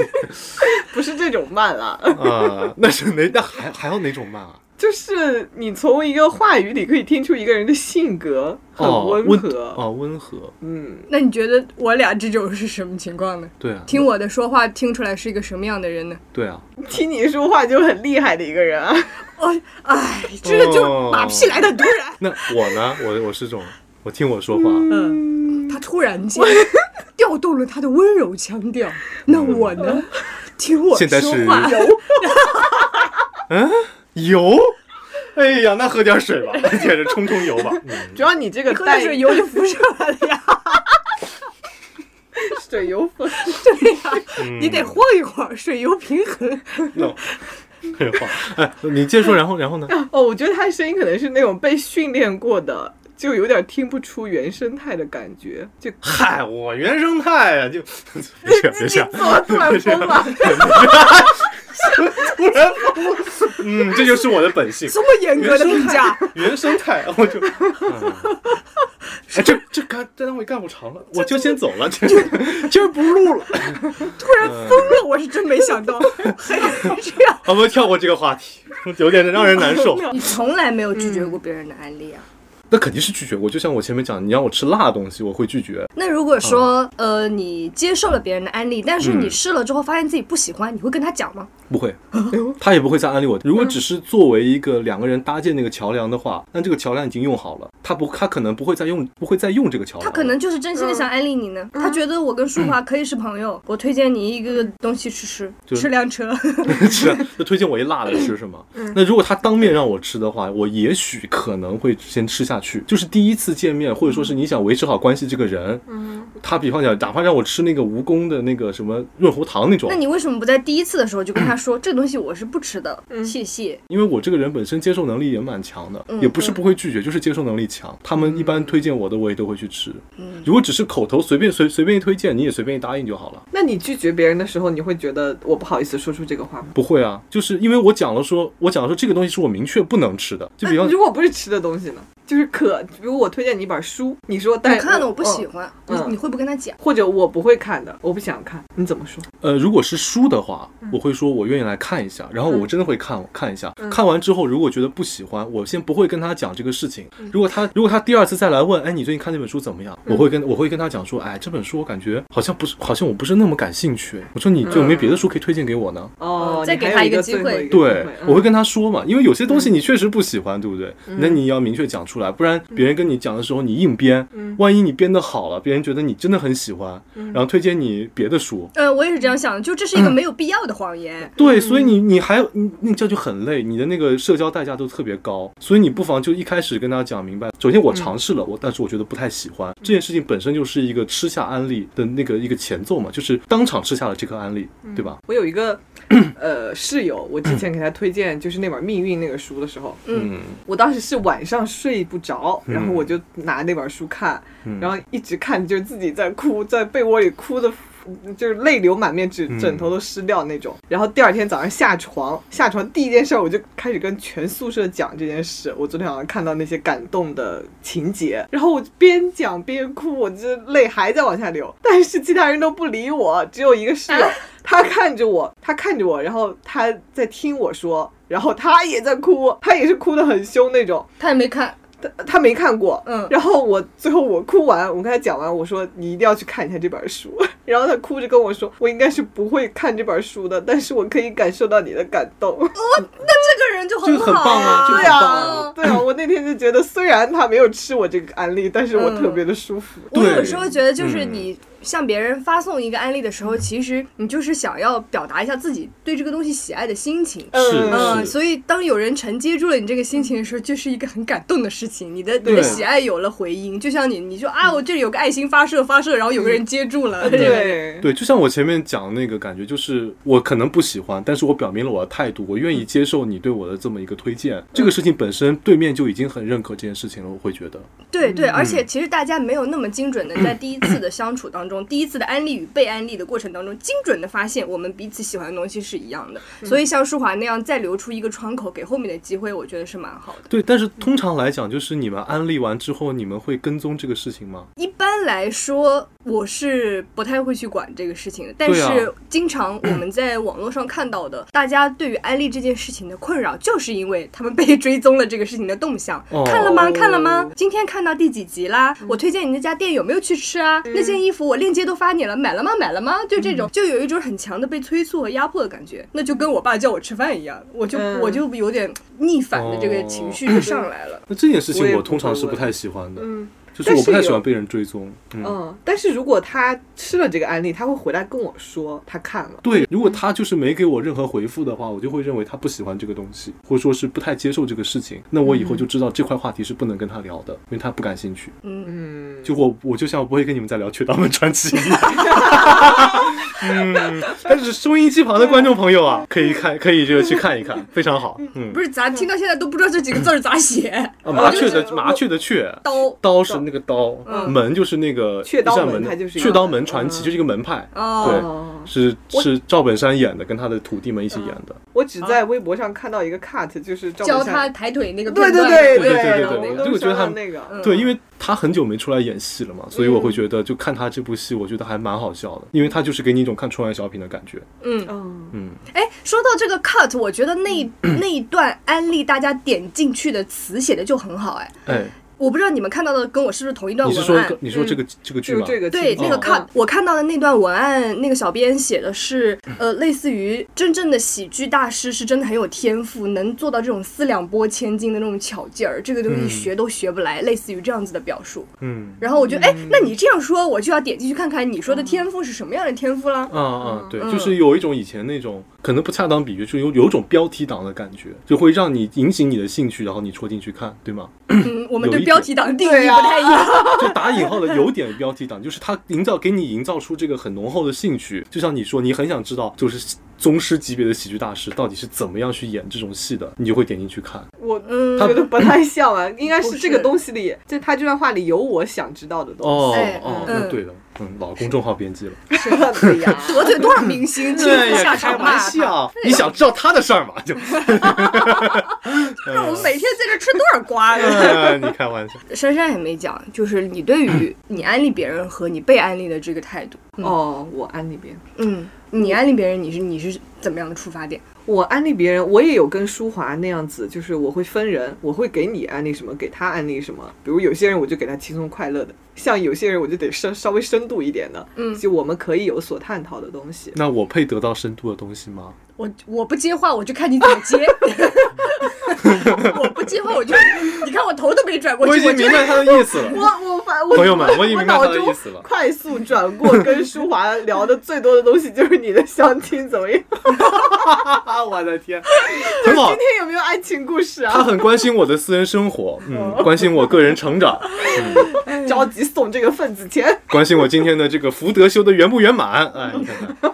不是这种慢啦，
啊， <laughs> 那是哪？那还还要哪种慢啊？
<laughs> 就是你从一个话语里可以听出一个人的性格很
哦，
温
温
和。
哦，温和，
嗯，
那你觉得我俩这种是什么情况呢？
对啊，
听我的说话，听出来是一个什么样的人呢？
对啊，
听你说话就很厉害的一个
<laughs>
人啊。
哎，哎，这个就
哦
马屁来的突然，
那我呢？我我是这种，我听我说话，
嗯，他突然间调动了他的温柔腔调。那我呢？听我
现在
说
是
话，
油。哎呀，那喝点水吧， <laughs> 接着冲
<laughs>
冲油吧。嗯
主要你这个
喝
带
点水油就浮上来了呀。
<laughs> 水油分，
对呀，
嗯
你得晃一晃，水油平
<laughs>
衡。
no，废话。哎，你接着说，然后然后
嗯
呢？
哦，我觉得他的声音可能是那种被训练过的，就有点听不出原生态的感觉，就 <laughs>
嗨，我原生态啊，就 <laughs> 别
<laughs>
这样，别这样，
我突然疯
<laughs>
了。 <laughs>
突然，嗯，这就是我的本性。
这么严格的评价， <laughs>
原生态，我就，嗯哎，这这干这单位干不长了，我就先走了，这 <laughs> 今儿不录了。
突然
嗯
疯了，我是真没想
<laughs>
到，还是这样。
我们跳过这个话题，有点让人难受。
你从来 <laughs> 没有拒绝过别人的安利啊。
嗯
那肯定是拒绝过，就像我前面讲，你让我吃辣的东西，我会拒绝。
那如果说
嗯
呃你接受了别人的安利，但是你试了之后发现自己不喜欢，你会跟他讲吗？
不会，
哎
他也不会再安利我。如果只是作为一个两个人搭建那个桥梁的
嗯
话，那这个桥梁已经用好了，他不，他可能不会再用，不会再用这个桥梁
他
了。
可能就是真心的想安利你呢。
嗯
他觉得我跟舒华可以是朋友，我推荐你一个东西吃吃，
就是
吃辆
<laughs>
车。
是啊，就推荐我一辣的吃是吗？
嗯
那如果他当面让我吃的话，我也许可能会先吃下去。就是第一次见面，或者说是你想维持好关系，这个人，
嗯
他比方讲，哪怕让我吃那个蜈蚣的那个什么润喉糖那种
那，你为什么不在第一次的时候就跟他说这个东西我是不吃的？
嗯
谢谢。
因为我这个人本身接受能力也蛮强的，
嗯
也不是不会拒绝，就是接受能力强。他们一般推荐我的，我也都会去吃。
嗯
如果只是口头随便随随便一推荐，你也随便一答应就好了。
那你拒绝别人的时候，你会觉得我不好意思说出这个话吗？
不会啊，就是因为我讲了说，我讲了说这个东西是我明确不能吃的，就比
那
方
如果不是吃的东西呢？就是可，比如我推荐你一本书，你说但
你看了我不
哦
喜
嗯
欢，
嗯
你你会不会跟他讲？
或者我不会看的，我不想看，你怎么说？
呃，如果是书的话，我会说我愿意来看一下，然后我真的会看看一下。看完之后，如果觉得不喜欢，我先不会跟他讲这个事情。如果他如果他第二次再来问，哎，你最近看这本书怎么样？我会跟我会跟他讲说，哎，这本书我感觉好像不是，好像我不是那么感兴趣。我说你就没别的书可以推荐给我呢？
哦，
再
你
给
还
他
有
一个
个
机
最后
会
一个
对，
嗯
我会跟他说嘛，因为有些东西你确实不喜欢，对不对？那你要明确讲出来，不然别人跟你讲的时候你硬编，万一你编的好了，别人觉得你真的很喜欢，然后推荐你别的书，
呃，我也是这样想的，就这
嗯
是一个没有必要的谎言。
对，所以
嗯
你你还你那这样就很累，你的那个社交代价都特别高，所以你不妨就一开始跟大家讲明白。首先
嗯
我尝试了，我但是我觉得不太喜欢这件事情本身就是一个吃下安利的那个一个前奏嘛，就是当场吃下了这颗安利，
嗯
对吧？
我有一
<clears throat>
个呃室友，我之前给他推荐就是那本《命运》那个书的时候，
嗯
我当时是晚上睡不着，
嗯
然后我就拿那本书看，
嗯
然后一直看，就是自己在哭，在被窝里哭的就是泪流满面，枕
嗯
枕头都湿掉那种。然后第二天早上下床，下床第一件事儿我就开始跟全宿舍讲这件事。我昨天好像看到那些感动的情节，然后我边讲边哭，我这泪还在往下流。但是其他人都不理我，只有一个室友，他看着我，他看着我，然后他在听我说。然后他也在哭，他也是哭得很凶那种，
他也没看，
他他没看过，
嗯
然后我最后我哭完，我跟他讲完，我说你一定要去看一下这本书，然后他哭着跟我说，我应该是不会看这本书的，但是我可以感受到你的感动，
那这个人就
这
很
个很
好
棒啊，这个
对
很
呀、
棒啊。
对啊，我那天就觉得虽然他没有吃我这个安利，但是我特别的舒服，
我有
对
时候觉得，就是
嗯
你向别人发送一个案例的时候，其实你就是想要表达一下自己对这个东西喜爱的心情。
呃是
嗯，所以当有人承接住了你这个心情的时候，就是一个很感动的事情。你的你
对嗯
的喜爱有了回应，就像你你说啊，我这里有个爱心发射发射，然后有个人接住了。
对。
<laughs>
对，就像我前面讲的那个感觉，就是我可能不喜欢，但是我表明了我的态度，我愿意
嗯
接受你对我的这么一个推荐。这个事情本身，对面就已经很认可这件事情了，我会觉得，
对对，而且其实大家没有那么精准的在第一次的相处当中，第一次的安利与被安利的过程当中，精准的发现我们彼此喜欢的东西是一样的。所以像舒华那样再留出一个窗口给后面的机会，我觉得是蛮好的。
对。但是通常来讲，就是你们安利完之后，你们会跟踪这个事情吗？
一般来说，我是不太会去管这个事情的，但
对啊
是经常我们在网络上看到的，大家对于安利这件事情的困扰，就是因为他们被追踪了这个事情的动向，
哦嗯
看了吗？看了吗？今天看到第几集啦？我推荐你那家店有没有去吃啊？那件衣服我链接都发你了，买了吗？买了吗？就这
嗯
种，就有一种很强的被催促和压迫的感觉。那就跟我爸叫我吃饭一样，我就、
嗯
我就有点逆反的这个
哦
情绪就上来了。
那这件事
我
情
也
我
不
通常
会
是不
问
太喜欢的，
嗯
就是
但
我
是
不太喜
有
欢被人追踪。嗯，
嗯，但是如果他吃了这个安利，他会回来跟我说他看了。
对，如果他就是没给我任何回复的话，我就会认为他不喜欢这个东西，或者说是不太接受这个事情。那我以后就知道这块话题是不能跟他聊的，因为他不感兴趣。
嗯
嗯嗯，
就我我就像我不会跟你们再聊《雀刀门传奇》
<laughs>
一样。嗯，但是收音机旁的观众朋友啊，可以看，可以这个去看一看，非常好。嗯
不，是，咱听到现在都不知道这几个字儿咋
<laughs>
写。
啊麻雀
我
的麻雀的雀。
刀
刀是那个刀，门就是那个
嗯雀刀
一扇
门
门的
它就是一
雀
个
刀门传奇，就是一个门派，对
哦，
哦，
是
我
是赵本山演的，跟他的徒弟们一起演的。
我只在微博上看到一个 cut，就是赵
教
本山
他抬腿那个
对
片
对
段，
对
对对
对
对
我
对
们
对
都
我觉得
商量
他
那个，
对，因为他很久没出来演戏了
嗯
嘛，所以我会觉得就看他这部戏，我觉得还蛮好笑的，因为他就是给你一种看春晚小品的感觉。
嗯，
嗯，
嗯，
哎，说到这个 cut，我觉得那
<clears throat>
一那一段安利大家点进去的词写的就很好，哎，
哎，
我不知道你们看到的跟我是不是同一段
你
文
是说
案？
你说这个这个剧
嗯就
吗？
这个
对，
情
那个
况
cut，、我看到的那段文案，那个小编写的是，呃，类似于真正的喜剧大师是真的很有天赋，能做到这种四两拨千斤的那种巧劲儿，这个东西
嗯
学都学不来，类似于这样子的表述。
嗯。
然后我觉得，哎，那你这样说，我就要点进去看看你说的天赋是什么样的天赋啦。
啊啊，对，
嗯
就是有一种以前那种可能不恰当比喻，就是有有一种标题党的感觉，就会让你引起你的兴趣，然后你戳进去看，对吗？
嗯，我们
有
对
一
标
点
题党的定
对
义
呀
不太一样。
<laughs> 就打引号的有点标题党，就是它营造给你营造出这个很浓厚的兴趣，就像你说，你很想知道就是宗师级别的喜剧大师到底是怎么样去演这种戏的，你就会点进去看。
我
嗯，
觉得不太
<laughs>
像啊，应该
不
是
是
这个东西里，就他这段话里有我想知道的东
哦
哎
哦，
嗯
那对的，嗯，老公众号编辑了，
西。 <laughs> <laughs> 对呀，
<laughs> 得罪多少明星， <laughs> 亲自下
开
场骂
玩
他，
笑，你想知道他的事儿
<laughs>
吗？就， <laughs> 嗯
让我们每天在这吃多少瓜呢？
哎你开玩笑，
<laughs> 珊珊也没讲，就是你对于你安利别人和你被安利的这个态度，
哦，我安利别人，
嗯，你安利别人，你是你是怎么样的出发点？
我安利别人，我也有跟舒华那样子，就是我会分人，我会给你安利什么，给他安利什么。比如有些人我就给他轻松快乐的，像有些人我就得深稍微深度一点的，
嗯
就我们可以有所探讨的东西。
那我配得到深度的东西吗？
我我不接话，我就看你怎么
<laughs>
接。我不接话，我就你看我头都没转过
我已
去，我就
经明白他的意思
<laughs> 我
了。
我反我
朋友们我已经明
我
白他
脑
的
中
意思了
快速转过，跟舒华聊的最多的东西就是你的相亲怎么样？
<laughs> 我的天，很好
今，天有没有爱情故事
他
啊？
很关心我的私人生活，嗯，关心我个人成长，
着急送这个份子钱。
关心我今天的这个福德修的圆不圆满。
<laughs>
哎，你看看，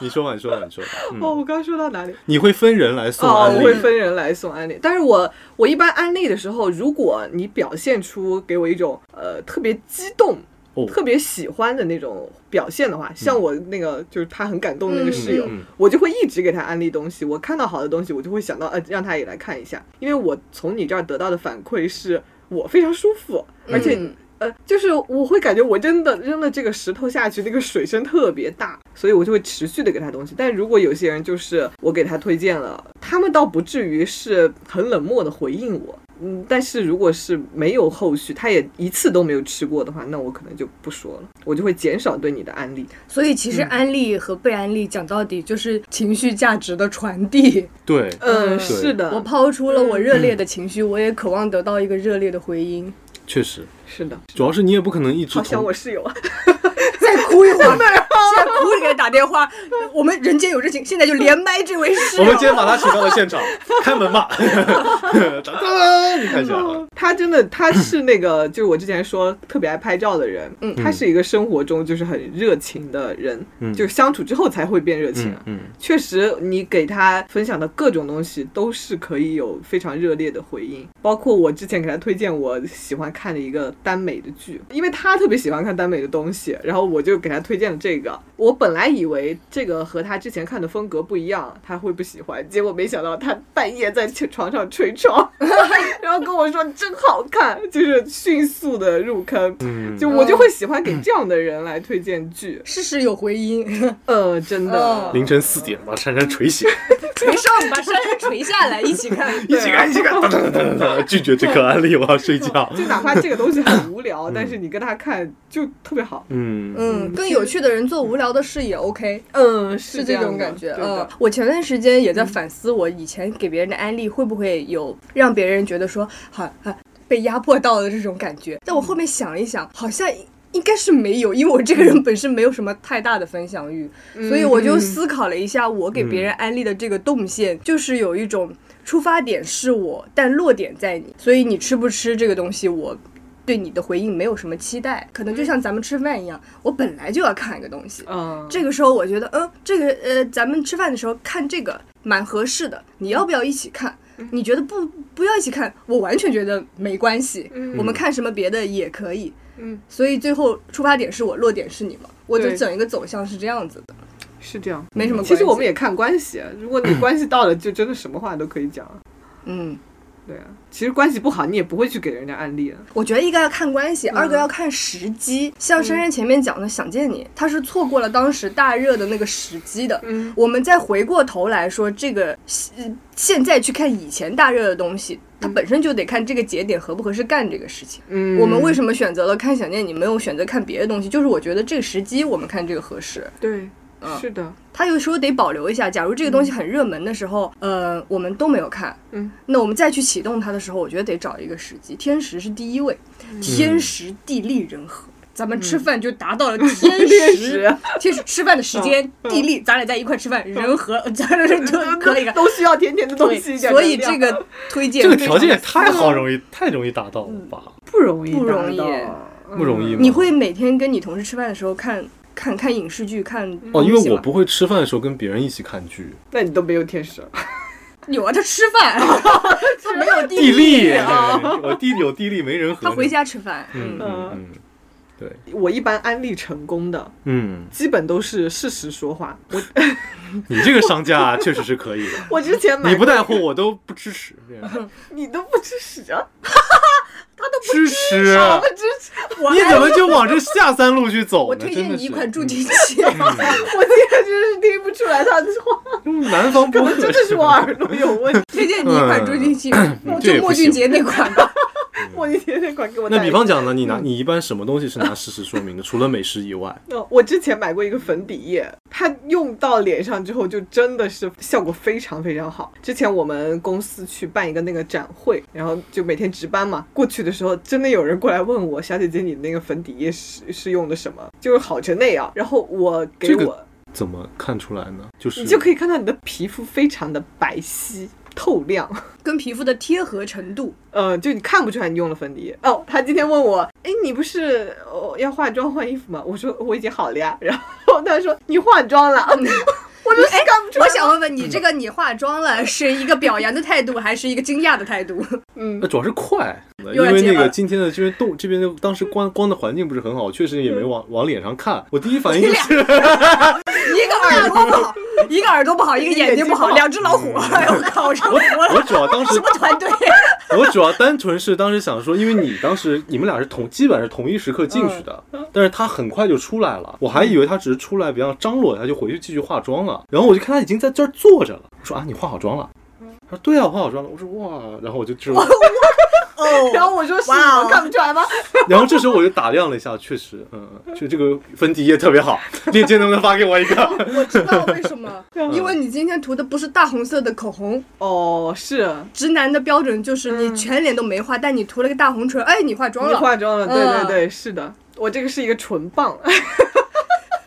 你说吧，你说吧，你说吧。
哦，
嗯，
我刚刚说到哪里？
你会分人来送
哦，
安
我会
利，
分人来送安利，但是我我一般安利的时候，如果你表现出给我一种呃特别激动。
哦
特别喜欢的那种表现的话，像我那个就是他很感动的那个室友，
嗯嗯嗯
我就会一直给他安利东西。我看到好的东西，我就会想到呃，让他也来看一下，因为我从你这儿得到的反馈是我非常舒服，而
嗯
且。呃，就是我会感觉我真的扔了这个石头下去，那个水声特别大，所以我就会持续的给他东西。但如果有些人就是我给他推荐了，他们倒不至于是很冷漠的回应我，嗯，但是如果是没有后续，他也一次都没有吃过的话，那我可能就不说了，我就会减少对你的安利。嗯
所以其实安利和被安利讲到底就是情绪价值的传递。
对，
嗯，
嗯
是的，
我抛出了我热烈的情绪，我也渴望得到一个热烈的回音。
确实，
是的，
主要是你也不可能一直
好想
同
我室友啊，
<laughs> 再哭一会儿， <laughs> 现在哭着给他打电话。我们人间有热情，现在就连麦这位室
我们
友
今。天把他请到了
<laughs>
现场，开门吧，当当，你看起来了，
他真的，他是那个，就是我之前说特别爱拍照的人，嗯，他是一个生活中就是很热情的人，
嗯
就是相处之后才会变热情、
嗯
啊。
嗯，
确实，你给他分享的各种东西都是可以有非常热烈的回应，包括我之前给他推荐我喜欢看的一个耽美的剧，因为他特别喜欢看耽美的东西，然后我就给他推荐了这个。我本来以为这个和他之前看的风格不一样，他会不喜欢，结果没想到他半夜在床 <laughs> 上吹窗，然后跟我说真好看，就是迅速的入坑。
嗯
就我就会喜欢给这样的人来推荐剧，
事事有回音，
<laughs>
呃，真的
嗯哦，
凌晨四点把珊珊捶醒，
啊
没事，我们把珊珊捶下来，一起看。
一起看一起
<laughs>
看，当当当当当，拒绝这个安利，我要睡觉。
就哪怕这个东西很无聊，但是你跟他看就特别好。
嗯
嗯，跟有趣的人做无聊的事也 OK，
<laughs> 嗯，
是
这
这
样的
种感觉。
对
嗯
的，，嗯
我前段时间也在反思，我以前给别人的安利会不会有让别人觉得说好啊被压迫到的这种感觉？但我后面
嗯
想了一想，好像。应该是没有，因为我这个人本身没有什么太大的分享欲，
嗯
所以我就思考了一下，我给别人安利的这个动线，就是有一种出发点是我，但落点在你，所以你吃不吃这个东西，我对你的回应没有什么期待，可能就像咱们吃饭一样，我本来就要看一个东西，
嗯，
这个时候我觉得，嗯，这个呃，咱们吃饭的时候看这个蛮合适的，你要不要一起看？
嗯
你觉得不不要一起看，我完全觉得没关系，我们看什么别的也可以。
嗯，
所以最后出发点是我，落点是你嘛，我的
对
整一个走向是这样子的，
是这样。
没什么关系。
其实我们也看关系，如果你关系到了，就真的什么话都可以讲。
嗯，
对啊，其实关系不好，你也不会去给人家案例的。啊
我觉得一个要看关系，
嗯
二个要看时机。像珊珊前面讲的《想见你》，她是错过了当时大热的那个时机的。
嗯
我们再回过头来说，这个呃现在去看以前大热的东西，它本身就得看这个节点合不合适干这个事情。
嗯
我们为什么选择了看《想见你》，没有选择看别的东西？就是我觉得这个时机我们看这个合适。
对
嗯，
是的，
它有时候得保留一下。假如这个东西很热门的时候，呃，我们都没有看，
嗯，
那我们再去启动它的时候，我觉得得找一个时机。天时是第一位，天时地利人和。咱们吃饭就达到了天
嗯 <laughs> 天
时啊
时，啊
天时吃饭的时间、地利，咱俩在一块吃饭，人和，咱俩就可以了。
都需要甜甜的嗯 <laughs> 东西
对，。所以这个推荐
这个
非
条件也
常
太
嗯
好，容易太容易达到了吧？
不容易，嗯
不容易
不容易吗
你会每天跟你同事吃饭的时候看看看影视剧，看
哦，因
东西
为我
吗
不会吃饭的时候跟别人一起看剧，
那你都没有天使，
有啊，他吃饭，他没有
地
地
利，
啊，
我地有地利没人和。
他回，家吃饭，嗯
嗯嗯嗯，对，
我一般安利成功的，
嗯， <laughs>
基本都是事实说话。我，
你这个商家确实是可以的
我之前买
你不带货我都不支持，
你都不吃屎啊，
支持，啊
我不支持。
我
你怎么就往这下三路去走
我
呢？
推
真
荐
的
你一
是嗯
款助听器，
我今天真是听不出来他的话，
<laughs> 嗯南方播
我
客
<laughs> 真的是我耳朵有问题。
推荐你一款助听器，
嗯这
就
也不
莫俊
行
杰那款吧。
我一天天快给我
嗯
带
那
一
比
个
方讲呢，你拿你一般什么东西是拿事实说明的？ <laughs> 除了美食以外，
嗯，我之前买过一个粉底液，它用到脸上之后，就真的是效果非常非常好。之前我们公司去办一个那个展会，然后就每天值班嘛，过去的时候真的有人过来问我，小姐姐你那个粉底液是是用的什么？就是好成那样。然后我给
这
我，
个怎么看出来呢？就是
你就可
以
以看到你的皮肤非常的白皙透亮。
跟皮肤的贴合程度，
呃，就你看不出来你用了粉底液哦。他今天问我，哎，你不是、呃哦、要化妆换衣服吗？我说我已经好了呀。然后他说你化妆了， <laughs> 我就
哎
干不出来。
我想问问你，这个你化妆了是一个表扬的态度，还是一个惊讶的态度？
嗯
那，呃主要是快，因
又来
为
接
那个
了
今天的这边动这边的当时光光的环境不是很好，确实也没往往脸上看。我第一反应就是，
一个耳朵不好，一个耳朵不好，一个眼睛不好，
眼睛不好
两只老虎。哎呦我靠，我上火了，
<laughs> 我主要当时
什么团队？
我主要单纯是当时想说，因为你当时你们俩是同基本上是同一时刻进去的，
嗯
<laughs> 但是他很快就出来了，我还以为他只是出来，比方张罗，他就回去继续化妆了。然后我就看他已经在这儿坐着了，我说啊，你化好妆了？
嗯
他说对啊，我化好妆了。我说哇，然后我就
哦
这种，
然后我说是
哇哦
我看不出来吗？
然后这时候我就打量了一下，确实，嗯，嗯就这个粉底液特别好，链接能不能发给我一个？ <laughs>
我知道为什么，因为你今天涂的不是大红色的口红。
哦，是
直男的标准就是你全脸都没化，但你涂了个大红唇，哎，嗯你化妆
你
了。嗯
化妆了，对对对，是的，我这个是一个唇棒，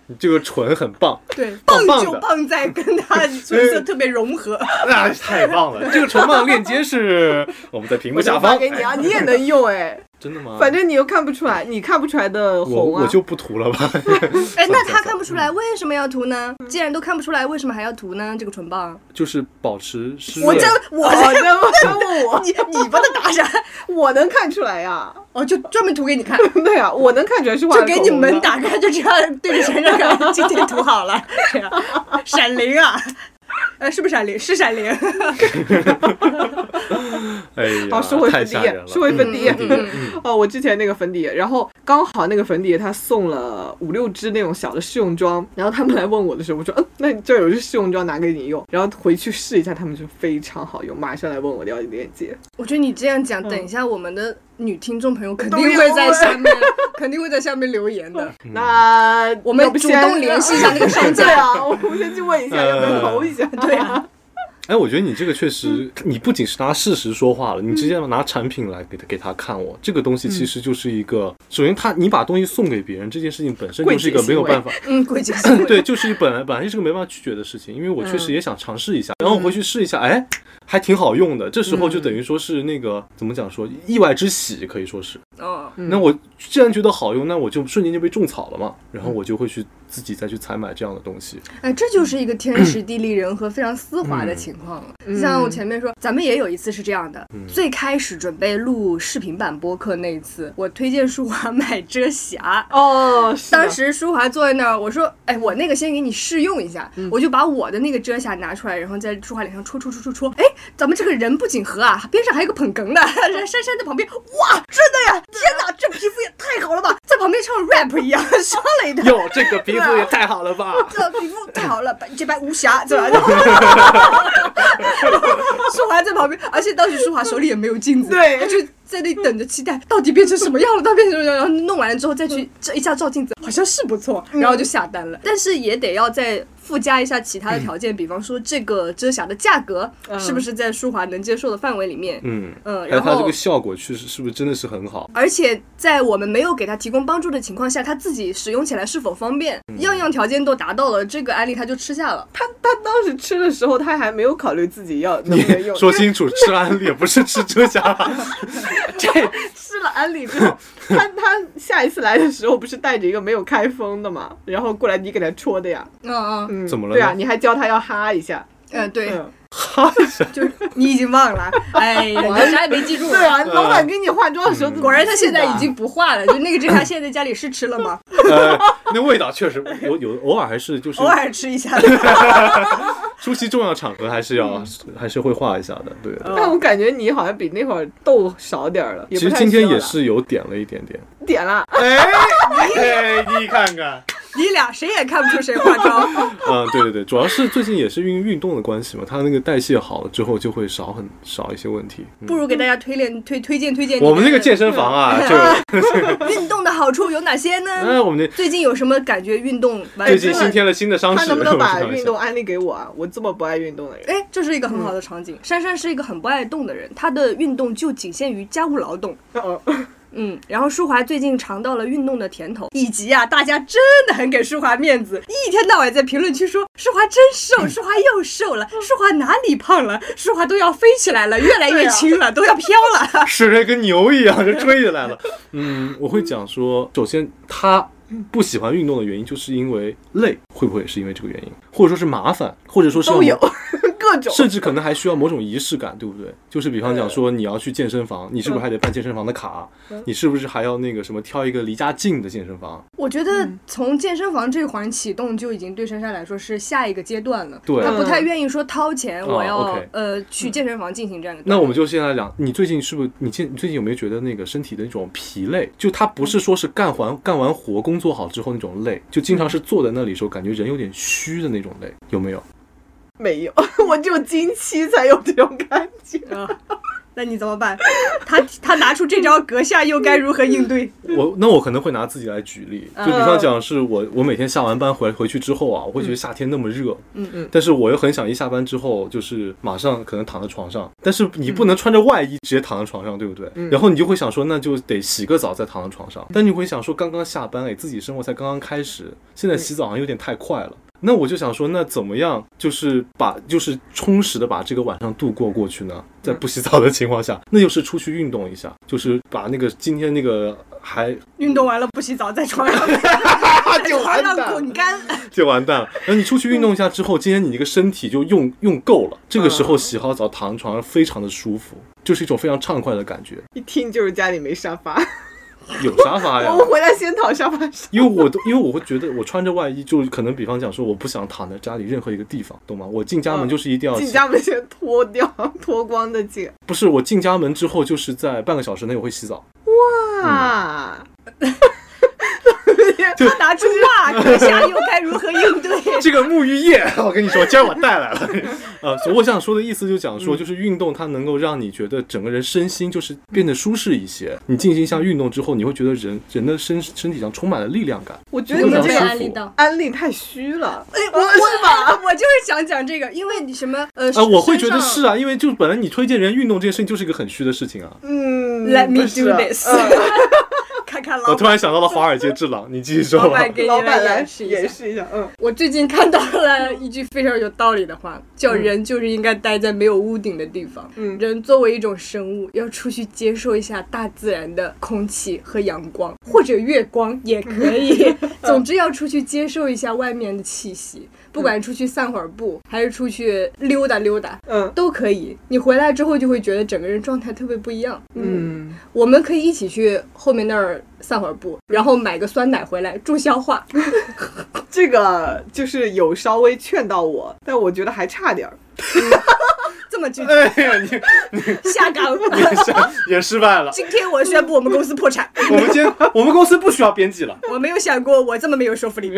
你这个唇很棒，
对，
棒棒
就
的
棒在跟 <laughs> 他唇色特别融合。
那、太棒了！这个唇棒链接是我们在屏幕
我
下
就
方。
发给
<laughs>
你啊，
哎
你也能用哎，
真的吗？
反正你又看不出来，你看不出来的
我
红啊，
我就不涂了吧。
哎，那 <laughs> 他看不出来，为什么要涂呢？既然都看不出来，为什么还要涂呢？这个唇棒，就是
保持湿
我
润
这 <laughs> 我
我
这
真问我，
你你帮他打 <laughs> 闪，
我能看出来呀， <laughs>
哦，就专门涂给你看，
对啊，我能看出来是画
就
了
给
口
你
红啊
门
的
打开，就这样对着全身看，今天涂好了，这样闪灵啊，呃，是不是闪灵？是闪灵，
哎呀，
哦，说回
太
粉底
吓人
液
了，，
说回
<laughs>
粉底液
嗯嗯嗯，
哦，我之前那个粉底液，然后刚好那个粉底液他送了五六支那种小的试用装，然后他们来问我的时候，我说，嗯，那这儿有支试用装拿给你用，然后回去试一下，他们说非常好用，马上来问我要链接。
我觉得你这样讲，等一下我们的女听众朋友肯定
都要
会在
问
下 <laughs> 面，肯定会在下面留言的。
嗯
那
我们
要不
主
先
动联系一下那个
<laughs>
商
对
家。
啊，我们先去问一下，要不要投一下？
对啊，
哎，我觉得你这个确实，
嗯
你不仅是拿事实说话了，你直接拿产品来给他给他看我，这个东西
嗯
其实就是一个，首先他你把东西送给别人这件事情本身就是一个没有办法，
<laughs>
嗯，鬼节行为。
对，就是一本来本来就是个没办法拒绝的事情，因为我确
嗯
实也想尝试一下，然后回去试一下，哎，还挺好用的，这时候就等于说是那个怎么讲说意外之喜，可以说是，
哦，
嗯嗯
那我既然觉得好用，那我就瞬间就被种草了嘛，然后
嗯
我就会去自己再去采买这样的东西，
哎，这就是一个天时地利人和非常丝滑的情况了。像我前面说，咱们也有一次是这样的，最开始准备录视频版播客那一次，我推荐舒华买遮瑕。
哦，是的
呃当时舒华坐在那儿，我说：“哎，我那个先给你试用一下。
嗯
我就把我的那个遮瑕拿出来，然后在舒华脸上戳戳戳戳戳。哎，咱们这个人不仅和啊，边上还有个捧
<laughs>
哏的，珊珊在旁边，哇，真的呀！天哪，这皮肤也太好了吧！在旁边唱 rap 一样，说了
<laughs>
一段。
哟，这个皮肤也太好了吧！
这皮肤太好了，白洁白无瑕，对吧？ <laughs> 然后舒华在旁边，而且当时舒华手里也没有镜子，
对
他就在那里等着期待到底变成什么样了，到底变成什么样了，然后弄完了之后再去这一下照镜子，好像是不错，
嗯
然后就下单了，但是也得要再附加一下其他的条件，比方说这个遮瑕的价格是不是在舒华能接受的范围里面，
<laughs> 嗯，
嗯，
还有
然
它这
后
个。效果确实是不是真的是很好？
而且在我们没有给他提供帮助的情况下，他自己使用起来是否方便，
嗯
样样条件都达到了，这个案例他就吃下 <laughs> 了。
他他当时吃的时候，他还没有考虑自己要能不能用，
说清楚，吃安利不是吃 <laughs> 遮瑕。
吃了安利之后，他他下一次来的时候不是带着一个没有开封的嘛，然后过来你给他戳的呀，
<laughs> 嗯嗯，
嗯，
怎么了呢
对啊，你还教他要哈一下，
呃，对，
嗯，
就是你已经忘 <laughs> 了，哎呀，你啥也没记住。
对，啊，老板给你化妆的时候，
嗯
怎么
果然他现在
记
已
得
经不化了，就那个遮瑕现在家里是吃了吗？
<laughs> 呃，那味道确实有有，偶尔还是就是
偶尔吃一下。
出席重要场合还是要还是会画一下的。对，
但我感觉你好像比那会儿痘少点儿了，
其
不
实
太
今天
需
嗯
要
也
了
是有点了一点点。
点了，
哎，你看看，
<laughs> 你俩谁也看不出谁化妆。
<laughs> 嗯，对对对，主要是最近也是因为运动的关系嘛，它那个代谢好了之后就会少很少一些问题。嗯
不如给大家推荐推推荐推荐你
我们那个
的
健身房啊，就
运动的好处有哪些
<laughs> 哎，
呢？
我们那
最近有什么感觉运动完
最
哎
了
近
之后
新？添了新的商
他
品，
能不能把
我们去看一
运
下
动安利给我啊？我这么不爱运动的人，
哎，这是一个很
嗯
好的场景。珊珊是一个很不爱动的人，她的运动就仅限于家务劳动。
<laughs> 哦
嗯，然后舒华最近尝到了运动的甜头，以及啊，大家真的很给舒华面子，一天到晚在评论区说舒华真瘦，舒华又瘦了，舒华哪里胖了，舒华都要飞起来了，越来
啊
越轻了，都要飘了。
<laughs>
使着跟牛一样就追起来了。嗯，我会讲说，首先他不喜欢运动的原因，就是因为累，会不会也是因为这个原因，或者说是麻烦，或者说是要 <laughs>
都有各种。
甚至可能还需要某种仪式感，对不对？就是比方讲说，你要去健身房，你是不是还得办健身房的卡？你是不是还要那个什么挑一个离家近的健身房？
我觉得
嗯
从健身房这一环启动，就已经对珊珊来说是下一个阶段了。
对
嗯
啊
她不太愿意说掏钱，我要、
OK
呃去健身房进行这样的锻炼。
那我们就先来聊，你最近是不是你近你最近有没有觉得那个身体的那种疲累？就它不是说是干完干完活工作好之后那种累，就经常是坐在那里的时候感觉人有点虚的那种累，有没有？
<laughs> 没有， <laughs> 我只有经期才有这种感觉。
那你怎么
<laughs>
办？他他拿出这招，阁下又该如何应对？
我那我可能会拿自己来举例，就比方讲是我我每天下完班回回去之后啊，我会觉得夏天那么热，
嗯
嗯
但是我又很想一下班之后就是马上可能躺在床上，但是你不能穿着外衣直接躺在床上，对不对？然后你就会想说，那就得洗个澡再躺在床上，但你会想说，刚刚下班，哎，自己生活才刚刚开始，现在洗澡好像有点太快了。那我就想说，那怎么样，就是把就是充实的把这个晚上度过过去呢？在不洗澡的情况下，那就是出去运动一下，就是把那个今天那个还
<laughs> 运动完了不洗澡，在床
<laughs>
上
就
床
完
上
蛋
滚干。
就完蛋了。然后你出去运动一下之后，今天你这个身体就用用够了。这个时
嗯
候洗好澡，躺床上非常的舒服，就是一种非常畅快的感觉。
一听就是家里没沙发，
有沙发呀
<laughs> 我，回来先躺沙发上。
因为我都因为我会觉得我穿着外衣，就可能比方讲说，我不想躺在家里任何一个地方，懂吗？我进家门就是一定要
嗯进家门先脱掉， <laughs> 脱光的进。
不是我进家门之后就是在半个小时内我会洗澡。嗯
啊，
就
拿出袜，阁下又该如何应
<laughs> 哎
对？
<laughs> 这个沐浴液，我跟你说，今儿我带来了。 <laughs> 呃，所以我想说的意思就讲说，就是运动它能够让你觉得整个人身心就是变得舒适一些。你进行一项运动之后，你会觉得人人的身身体上充满了力量感。
我觉得
有
你
没有
这
被
舒
个
服
安利到。
安利太虚了。
哎，我我吧，我就是想讲这个，因为你什么呃
啊，我会觉得。
身
是
上
啊，因为就本来你推荐人运动这件事情就是一个很虚的事情啊。
嗯
Let me
不是
do this
嗯
<laughs> 看看
我
老
突然想到了华尔街之狼，你继
<laughs>
续说
老
吧
板。给你
老板
们
来
演示一下。
示一下，嗯，
我最近看到了一句非常有道理的话，叫人就是应该待在没有屋顶的地方。
嗯
人作为一种生物，要出去接受一下大自然的空气和阳光，或者月光也可 <laughs>
嗯
以。总之要出去接受一下外面的气息，不管出去散会儿步，还是出去溜达溜达，
嗯
都可以。你回来之后就会觉得整个人状态特别不一样。
嗯，
我们可以一起去后面那儿散会儿步，然后买个酸奶回来助消化。 <laughs>
这个就是有稍微劝到我，但我觉得还差点儿。
这么具体，
<laughs> 哎呀，你
下
<laughs>
岗。
也是也失败了。
今天我宣布我们公司破
<laughs>
产。
我们今天我们公司不需要编辑了。
我没有想过我这么没有说服力。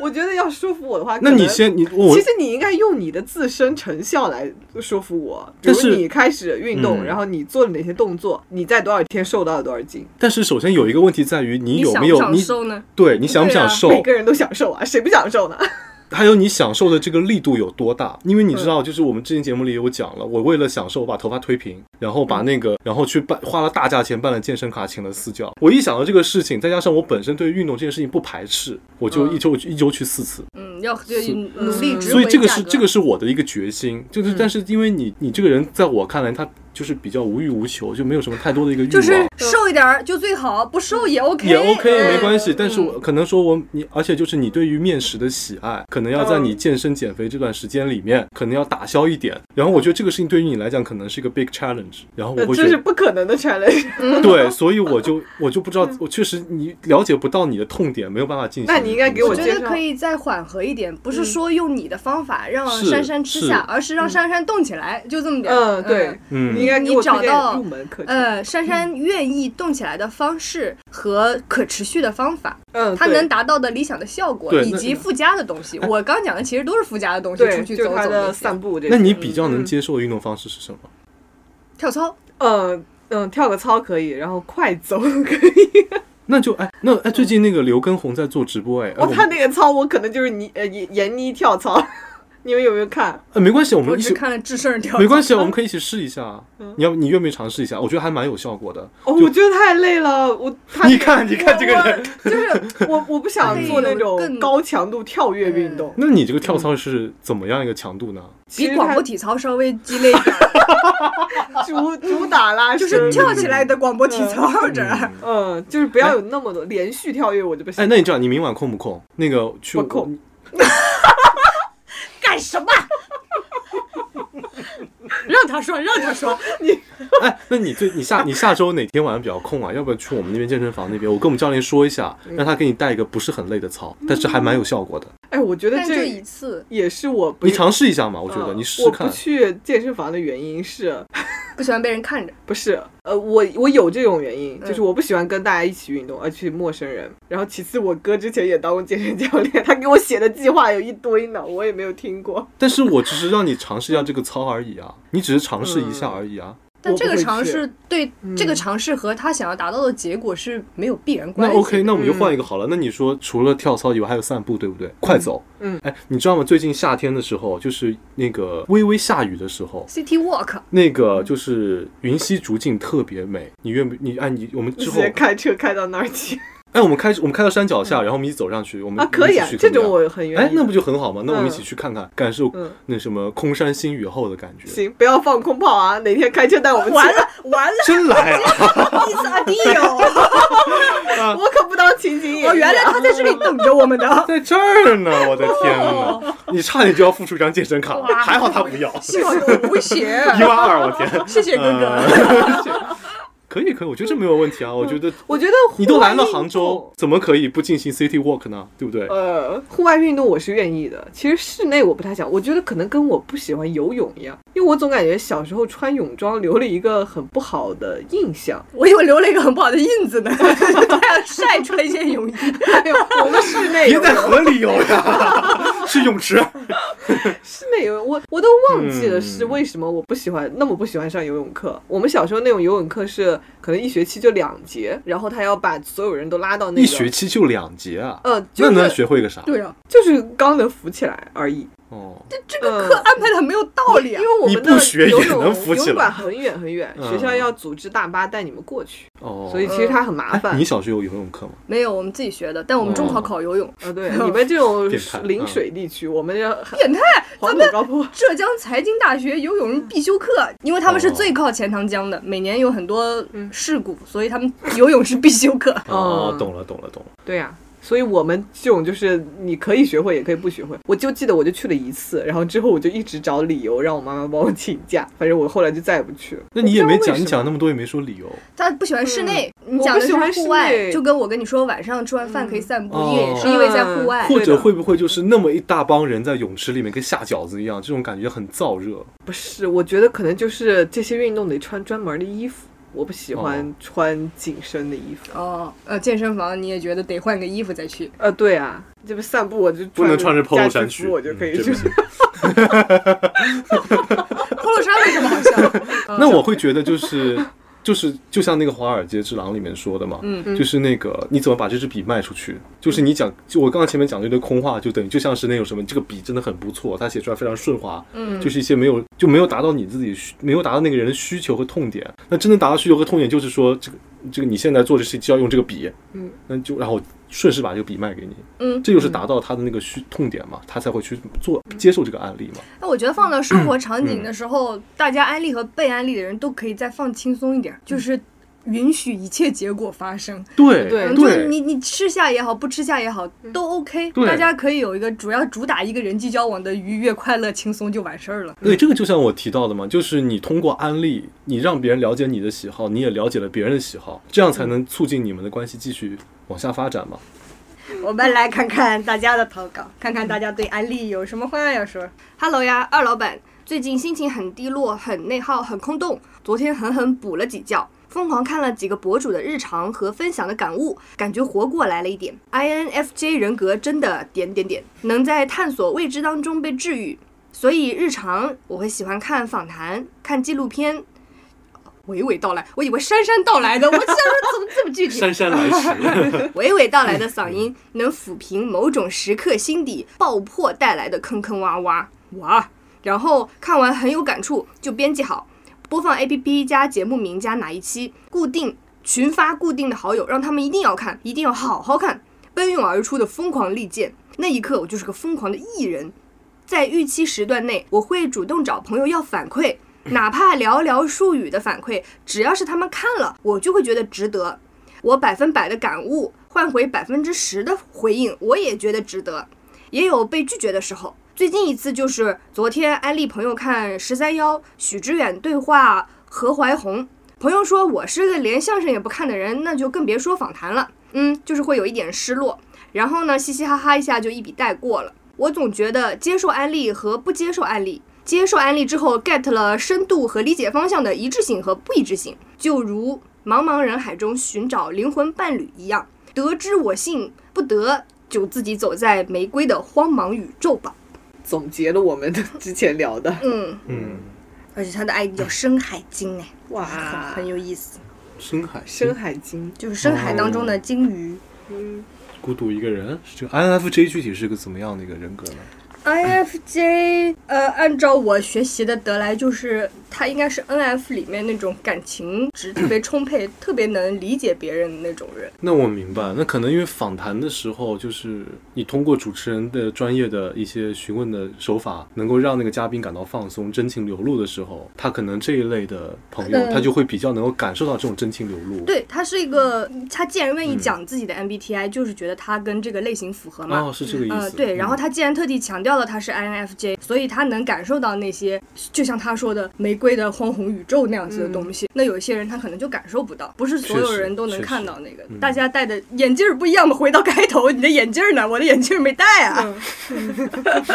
我觉得要说服我的话，
那
可
你
能
先，你我
啊其实你应该用你的自身成效来说服我，比
但
如
是
你开始运动，
嗯
然后你做了哪些动作，你在多少天瘦到了多少斤。
但是首先有一个问题在于， <laughs> 你有
想
没
不
有
想
你
瘦呢？
对你想不想
对啊
瘦？
每个人都想瘦啊，谁不想瘦呢？
还有你享受的这个力度有多大？因为你知道，就是我们之前节目里有讲了，我为了享受，我把头发推平，然后把那
<laughs>
个，然后去办，花了大价钱办了健身卡，请了私教。我一想到这个事情，再加上我本身对运动这件事情不排斥，我就一周、一周去四次。
嗯，要嗯就是努力值回
所以这个是
价格嗯
这个是我的一个决心，就是但是因为你你这个人在我看来，他就是比较无欲无求，就没有什么太多的一个欲望。
就是瘦一点儿就最好，不瘦也 OK，
也 OK
嗯
没
系。
关系，但是我可能说我你，而且就是你对于面食的喜爱，可能要在
嗯
你健身减肥这段时间里面，可能要打消一点。然后我觉得这个事情对于你来讲可能是一个 big challenge，然后
<laughs>
我会觉
这呃是
得
不可能的 challenge。
<laughs> 对，所以我就我就不知道，我确实你了解不到你的痛点，没有办法进行。
那你应该给
嗯我
我
觉
介
得
绍
可以再缓和一点，不是说用你的方法让珊珊吃
是
下，而是让珊珊动起来，就这么点儿。
嗯，对，你
嗯，
应该给我推
你
荐
找到
入门课程。
呃，珊珊愿意动起来的方式和可持续的方法，
嗯，
它
对
能达到的理想的效果，
对
以
那
及附加的东
<laughs>
西。我刚讲的其实都是附加的东西，
对，
出去
就是
走
他
走
的
那
散
些，
步这
那
些。
你比较能接受的运动方式是什么？
跳操。
嗯嗯，跳个操可以，然后快走可以。
那就哎，那哎，最近那个刘畊宏在做直播哎，哎
哦，
我
他那个操我可能就是泥呃闫闫妮跳操。 <laughs> 你们有没有看？
呃，没关系，我们
我
一
只
起
哦看了智胜调查，
没
<laughs>
关系啊，我们可以一起试一下啊。
嗯
你要你愿不愿意尝试一下？我觉得还蛮有效果的。
哦，
就
我觉得太累了，我太
你看，你看这个人，
就是我我不想做那
有
种
更嗯
高强度跳跃运动，
那你这个跳操是怎么样一个强度呢？
其
比
实
广播
它
体操稍微激烈一点儿， <laughs>
主主打拉
就
伸
是跳起来的广播体操者。
嗯，就是不要有那么多连续跳跃，我就不行。
哎，那你这样，你明晚空不空？那个去
不空，
干什么？ <laughs> 让他说，让他说，
<laughs> 哎，那你最你下你下周哪天晚上比较空啊？要 <laughs> 不要去我们那边健身房那边？我跟我们教练说一下，
嗯
让他给你带一个不是很累的操，但是还蛮有效果的。
哎，我觉得
<laughs> 但就一
这
次，
也是我不
你尝试一下嘛，我觉得
嗯
你试试
我
看
不。去健身房的原因是
不喜欢被人看着。
不是，呃，我我有这种原因，
嗯
就是我不喜欢跟大家一起运动，而去陌生人。然后其次，我哥之前也当过健身教练，他给我写的计划有一堆呢，我也没有听过。
但是我只是让你尝试一下这个操而已啊，你只是尝试一
嗯
下而已啊。
但这
我
个
不会
尝
去
试对、这
嗯
个尝试和他想要达到的结果是没有必然关
那
系的。
OK，那我们就换一个好了。那你说除了跳操以外，还有散步，对不对？快走。
嗯，
哎，你知道吗？最近夏天的时候，就是那个微微下雨的时候，
City Walk
那个就是云溪竹径特别美。你愿不？你哎，你我们之
直
后
接开车开到那儿去
哎，我们开我们开到山脚下，然后我们一起走上去，我们
啊，可以
一
啊
起去，
这
怎么
种
样
我很愿意。
哎，那不就很好吗？那我们
嗯
一起去看看，感受
嗯
那什么空山新雨后的感觉。
行，不要放空炮啊！哪天开车带我们去，
完了完了
真来啊！
<laughs>
，It's a <laughs> deal！
我可不当情景演员。啊
哦，原来他在这里等着我们的。
在这儿呢，我的天
哦
哪！你差点就要付出一张健身卡了，还好他不
<laughs>
要，
幸好有威胁，
一万二，我天！
谢谢哥哥。
<laughs> 哥。可以可以，我觉得这没有问题啊，我觉得
<laughs> 我觉得户
你都来
外
了
运
杭
动
州，怎么可以不进行 City Walk 呢？对不对？
呃，户外运动我是愿意的。其实室内我不太想，我觉得可能跟我不喜欢游泳一样，因为我总感觉小时候穿泳装留了一个很不好的
<laughs>
印象。
<laughs> 我以为留了一个很不好的印子呢， <laughs> 他要晒出来一件泳衣。 <laughs>
哎呦我们室内
别
游
在
泳，
河里游呀，去泳池。
<laughs> 室内游泳，我我都忘记了是
嗯
为什么我不喜欢那么不喜欢上游泳课。我们小时候那种游泳课是可能一学期就两节，然后他要把所有人都拉到那个
一学，期就两节啊，
呃，
那
就
能
是
学会个啥？
对啊，
就是刚能浮起来而已。
哦，
这
嗯
个课安排的很没有道理
因
啊。
为我
你
们
不
的
哦学
游
也
泳
能浮
游
起
泳
来
馆很远很远，学校
嗯
要组织大巴带你们过去，
哦，
所以其实它很麻
哎
烦。
你小学有游泳课吗？
没有，我们自己学的，但我们中考考游泳。
啊，对，你们这种
<laughs> 变态嗯
临水地区，我们这
变态！
黄土高坡，
浙江财经大学游泳必修课，因为他们是最靠钱塘江的，每年有很多事故，所以他们游泳是必修课。 <laughs>
哦，
嗯
懂了，懂了，懂了。
对呀、所以我们这种就是你可以学会，也可以不学会。我就记得我就去了一次，然后之后我就一直找理由让我妈妈帮我请假，反正我后来就再也不去了。
那你也没
我不知道
讲，
为什么
你讲那么多也没说理由。
他不喜欢室内，
嗯
你讲的是
我不喜欢
户
室
外，
内
就跟我跟你说晚上吃完饭可以散步，
嗯
因为也是因为在户外。
或
哎对
者
的
会不会就是那么一大帮人在泳池里面跟下饺子一样，这种感觉很燥热？
不是，我觉得可能就是这些运动得穿专门的衣服，我不喜欢
哦
穿紧身的衣服。
哦，呃，健身房你也觉得得换个衣服再去， <laughs>
呃，对啊，这不散步我就
不能穿着 polo
家
衫
居
去，
服我就可以
嗯
去
这不。行
polo 衫为什么好笑？
那我会觉得就是。就是就像那个《华尔街之狼》里面说的嘛，
嗯
就是那个你怎么把这支笔卖出去？就是你讲，就我刚刚前面讲的一堆空话，就等于就像是那种什么，这个笔真的很不错，它写出来非常顺滑，
嗯
就是一些没有就没有达到你自己需没有达到那个人的需求和痛点。那真的达到需求和痛点，就是说这个这个你现在做这事就要用这个笔，
嗯，
那就然后顺势把这个笔卖给你，
嗯，
这就是达到他的那个需痛点嘛，他才会去做接受这个案例嘛。
那我觉得放到生活场景的时候，大家安利和被安利的人都可以再放轻松一点，就是允许一切结果发生。
对
对
嗯就是你你吃下也好，不吃下也好，都 OK。
对
大家可以有一个主要主打一个人际交往的愉悦、快乐、轻松就完事儿了。
对，这个就像我提到的嘛，就是你通过安利，你让别人了解你的喜好，你也了解了别人的喜好，这样才能促进你们的关系继续往下发展嘛。
我们来看看大家的投稿，看看大家对安利有什么话要说。Hello 呀，二老板，最近心情很低落，很内耗，很空洞。昨天狠狠补了几觉，疯狂看了几个博主的日常和分享的感悟，感觉活过来了一点。INFJ 人格真的点点点，能在探索未知当中被治愈。所以日常我会喜欢看访谈、看纪录片。娓娓道来，我以为姗姗道来的，我想说怎么这么具体？
姗来 <laughs> 迟，
<laughs> 娓娓道来的嗓音能抚平某种时刻心底爆破带来的坑坑洼洼。哇！然后看完很有感触，就编辑好，播放 APP 加节目名加哪一期，固定群发固定的好友，让他们一定要看，一定要好好看。奔涌而出的疯狂利剑，那一刻我就是个疯狂的艺人。在预期时段内，我会主动找朋友要反馈，哪怕寥寥数语的反馈，只要是他们看了，我就会觉得值得。我百分百的感悟换回百分之十的回应，我也觉得值得。也有被拒绝的时候。最近一次就是昨天安利朋友看十三幺许知远对话何怀宏，朋友说我是个连相声也不看的人，那就更别说访谈了。嗯，就是会有一点失落，然后呢，嘻嘻哈哈一下就一笔带过了。我总觉得接受安利和不接受安利，接受安利之后 get 了深度和理解方向的一致性和不一致性，就如茫茫人海中寻找灵魂伴侣一样，得之我幸，不得就自己走在玫瑰的荒茫宇宙吧。
总结了我们的之前聊的，
嗯，
嗯，
而且他的 ID 叫深海鲸哎，
哇，
很有意思，
深海
深海鲸，
就是深海当中的鲸鱼。
孤独一个人，这个 INFJ 具体是个怎么样的一个人格呢？
INFJ，呃，按照我学习的得来，就是他应该是 NF 里面那种感情值特别充沛、特别能理解别人的那种人。
那我明白，那可能因为访谈的时候，就是你通过主持人的专业的一些询问的手法，能够让那个嘉宾感到放松、真情流露的时候，他可能这一类的朋友，
嗯
他就会比较能够感受到这种真情流露。，
对他是一个，他既然愿意讲自己的 MBTI，、就是觉得他跟这个类型符合嘛。
哦，是这个意思。
呃，对，然后
嗯
他既然特地强调了他是 INFJ，所以他能感受到那些，就像他说的玫瑰的荒红宇宙那样子的东西。那有一些人他可能就感受不到，不是所有人都能看到那个
嗯确实。嗯
大家戴的眼镜儿不一样嘛。回到开头，你的眼镜儿呢？我的眼镜儿没戴啊，
嗯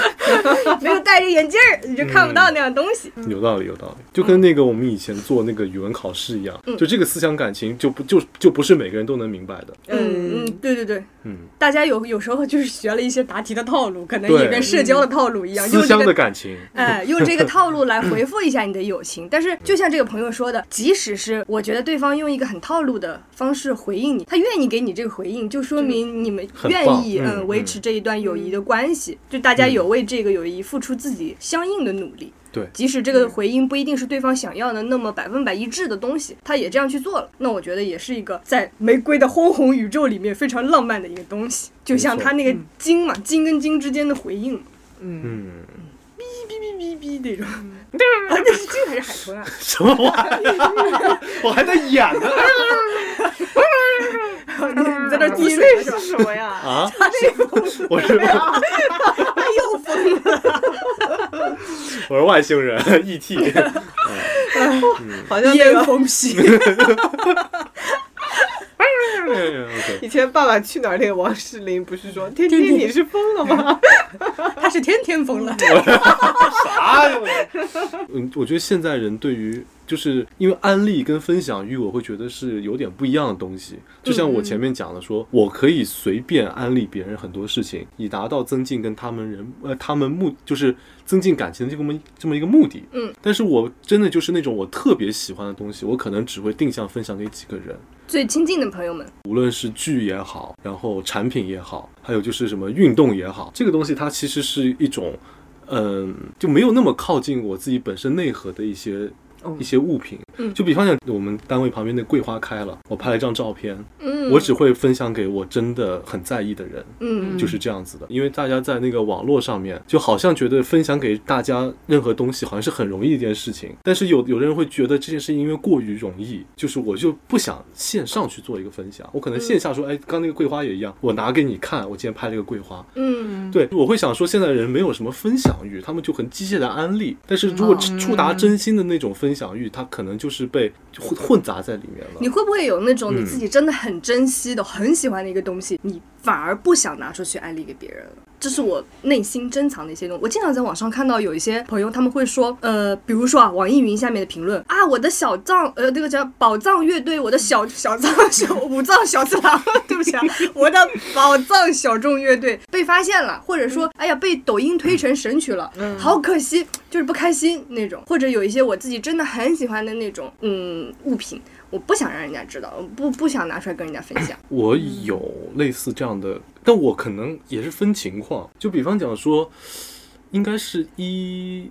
<laughs> 没有戴着眼镜儿，你就看不到那样东西。
嗯有道理，有道理，就跟
嗯
那个我们以前做那个语文考试一样，就这个思想感情就不就就不是每个人都能明白的。
嗯嗯，对对对，
嗯，
大家有有时候就是学了一些答题的套路，可能
对嗯
也跟社交的套路一样，
思
用这
乡
个
的感情，
<laughs> 哎，用这个套路来回复一下你的友情。但是就像这个朋友说的，即使是我觉得对方用一个很套路的方式回应你，他愿意给你这个回应，就说明你们
很
愿
棒
意
嗯
嗯维
嗯
持这一段友谊的关系，就大家有为这个友谊付出自己相应的努力。
对
即使这个回应不一定是对方想要的那么百分百一致的东西，他也这样去做了。那我觉得也是一个在玫瑰的轰红宇宙里面非常浪漫的一个东西，就像
没错
他那个鲸嘛，鲸跟鲸之间的回应嘛。
嗯，
嗯，
哔哔哔哔那种，啊，那是鲸还是海豚啊？
什么玩意儿？ <laughs> 我还在演呢
你在那儿自
你
水
那
是吧
是什么呀？
<laughs>
啊！ <laughs> 我是
又疯了。
我是外星人
<laughs>
，E ET，
<laughs> 好像那
烟
个
风屁，
嗯 OK，
以前《爸爸去哪儿》那个王诗龄不是说天天你是疯了 <laughs> 吗？
他是天天疯了。
啥呀？嗯，我觉得现在人对于就是因为安利跟分享欲，我会觉得是有点不一样的东西。就像我前面讲的说，我可以随便安利别人很多事情，以达到增进跟他们人呃他们目就是增进感情的这么这么一个目的。
嗯，
但是我真的就是那种我特别喜欢的东西，我可能只会定向分享给几个人。
最亲近的朋友们，
无论是剧也好，然后产品也好，还有就是什么运动也好，这个东西它其实是一种，嗯，就没有那么靠近我自己本身内核的一些
哦
一些物品。
嗯
就比方讲，我们单位旁边的桂花开了，我拍了一张照片，
嗯，
我只会分享给我真的很在意的人。
嗯
就是这样子的，因为大家在那个网络上面，就好像觉得分享给大家任何东西好像是很容易一件事情，但是有有的人会觉得这件事情因为过于容易，就是我就不想线上去做一个分享，我
嗯
可能线下说，哎，刚那个桂花也一样，我拿给你看，我今天拍了一个桂花，
嗯
对，我会想说，现在人没有什么分享欲，他们就很机械的安利。但是如果
嗯
触触达真心的那种分享欲，它可能就是被就混混杂在里面
你
了。
会不会有那种
嗯
你自己真的很珍惜的、很喜欢的一个东西，你反而不想拿出去安利给别人了？这是我内心珍藏的一些东西。我经常在网上看到有一些朋友，他们会说，呃，比如说啊，网易云下面的评论啊，我的小藏，呃，那个叫宝藏乐队，我的小小藏小五藏小次郎，对不起
<laughs>
啊，我的宝藏小众乐队被发现了，或者说，哎呀，被抖音推成神曲了，
嗯
好可惜，就是不开心那种。或者有一些我自己真的很喜欢的那种，嗯，物品，我不想让人家知道，我不不想拿出来跟人家分享。
我
嗯
有类似这样的，但我可能也是分情况。就比方讲说，应该是一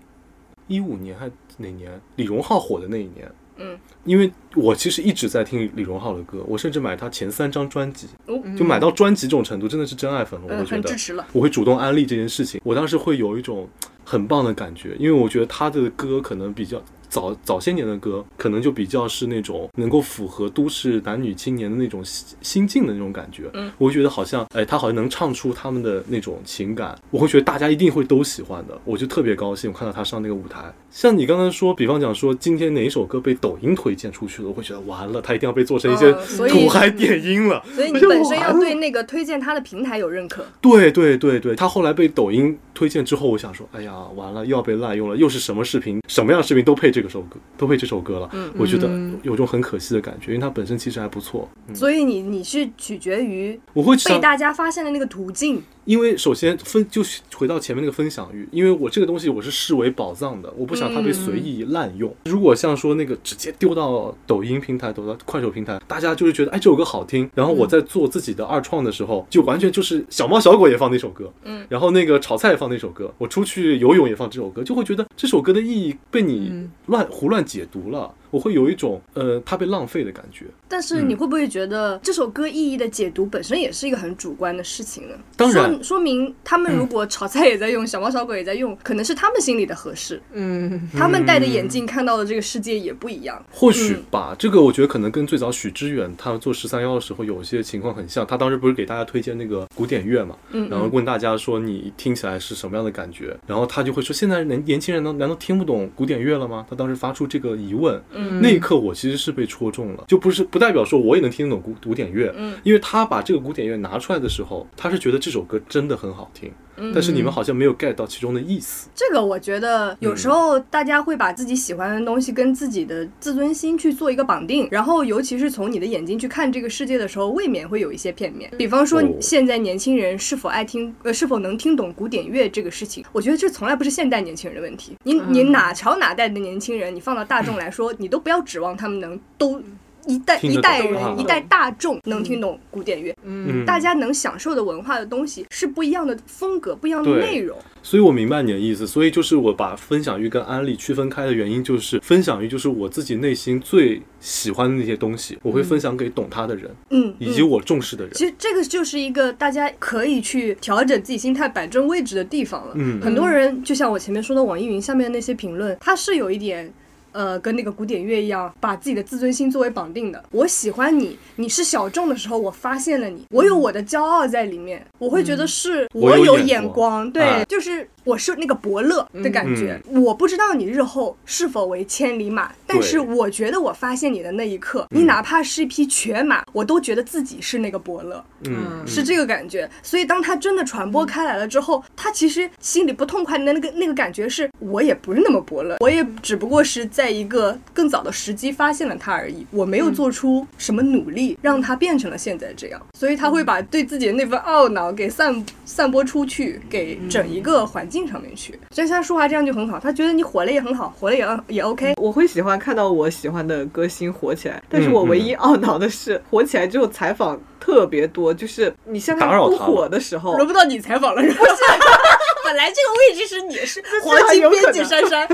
一五年还哪年李荣浩火的那一年。
嗯，
因为我其实一直在听李荣浩的歌，我甚至买他前三张专辑，
哦
就买到专辑这种程度，真的是真爱粉了。我
嗯，
会觉
很
得
支，持了。
我会主动安利这件事情。我当时会有一种很棒的感觉，因为我觉得他的歌可能比较早早些年的歌，可能就比较是那种能够符合都市男女青年的那种心心境的那种感觉。
嗯，
我会觉得好像，哎，他好像能唱出他们的那种情感，我会觉得大家一定会都喜欢的。我就特别高兴，我看到他上那个舞台。像你刚刚说，比方讲说今天哪一首歌被抖音推荐出去了，我会觉得完了，他一定要被做成一些
哦所以
土嗨电音了。
所以你
我就
本身要
完了
对那个推荐他的平台有认可，
对对对对，他后来被抖音推荐之后，我想说，哎呀，完了，又要被滥用了，又是什么视频，什么样的视频都配这个首歌，都配这首歌了。
嗯
我觉得
嗯
有种很可惜的感觉，因为它本身其实还不错。嗯、
所以你你是取决于
我会
被
想，
大家发现的那个途径。
因为首先分就是回到前面那个分享欲，因为我这个东西我是视为宝藏的，我不想它被随意滥用。如果像说那个直接丢到抖音平台、丢到快手平台，大家就是觉得哎这首歌好听，然后我在做自己的二创的时候，就完全就是小猫小狗也放那首歌，
嗯，
然后那个炒菜也放那首歌，我出去游泳也放这首歌，就会觉得哎这首歌的意义被你
嗯
乱胡乱解读了，我会有一种呃它被浪费的感觉。
但是
嗯
你会不会觉得这首歌意义的解读本身也是一个很主观的事情呢？
当然嗯
说说明他们如果炒菜也在用，小猫小狗也在用，可能是他们心里的合适，
嗯，
他们戴着眼镜看到的这个世界也不一样。
或许
嗯
吧，这个我觉得可能跟最早许知远他做十三幺的时候有一些情况很像。他当时不是给大家推荐那个古典乐嘛，
嗯
然后问大家说你听起来是什么样的感觉，然后他就会说现在年年轻人难难道听不懂古典乐了吗？他当时发出这个疑问，
嗯
那一刻我其实是被戳中了，就不是不代表说我也能听得懂古古典乐，
嗯
因为他把这个古典乐拿出来的时候，他是觉得这首歌真的很好听，
嗯
但是你们好像没有 get 到其中的意思。
这个我觉得有
嗯
时候大家会把自己喜欢的东西跟自己的自尊心去做一个绑定，然后尤其是从你的眼睛去看这个世界的时候，未免会有一些片面。比方说
哦
现在年轻人是否爱听呃是否能听懂古典乐这个事情，我觉得这从来不是现代年轻人的问题。你你哪朝哪代的年轻人，你放到大众来说，你都不要指望他们能都。一代
听得
一代
懂
人，
啊
一代大众能听懂古典乐，
嗯，
大家能享受的文化的东西是不一样的风格，不一样的
对
内容。
所以我明白你的意思，所以就是我把分享欲跟安利区分开的原因，就是分享欲就是我自己内心最喜欢的那些东西，我会分享给懂它的人，
嗯，
以及
嗯
我重视的人。
其实这个就是一个大家可以去调整自己心态、摆正位置的地方了。
嗯
很多人就像我前面说的，网易云下面那些评论，它是有一点。呃，跟那个古典乐一样，把自己的自尊心作为绑定的。我喜欢你，你是小众的时候，我发现了你，我有我的骄傲在里面，我会觉得是
嗯我有
有
眼
眼
光
对，
哎嗯
就是我是那个伯乐的感觉。我不知道你日后是否为千里马，但是
对嗯
我觉得我发现你的那一刻，你哪怕是一匹犬马，我都觉得自己是那个伯乐，
嗯，
是这个感觉。所以当他真的传播开来了之后，他其实心里不痛快的那个那个感觉是，我也不是那么伯乐，我也只不过是在一个更早的时机发现了他而已，我没有
嗯
做出什么努力让他变成了现在这样。所以他
嗯
会把对自己的那份懊恼给散散播出去，给整
嗯
一个环境上面去。就像舒华这样就很好，他觉得你火了也很好，火了也也 OK，
我会喜欢看到我喜欢的歌星火起来，但是
嗯
我唯一懊恼的是，火起来之后采访特别多，就是你像
打扰
不
他
火
了
的时候
轮，不到你采访了，是哦不是？ <laughs> 本来这个位置是你 <laughs> 是啊黄金编辑珊珊，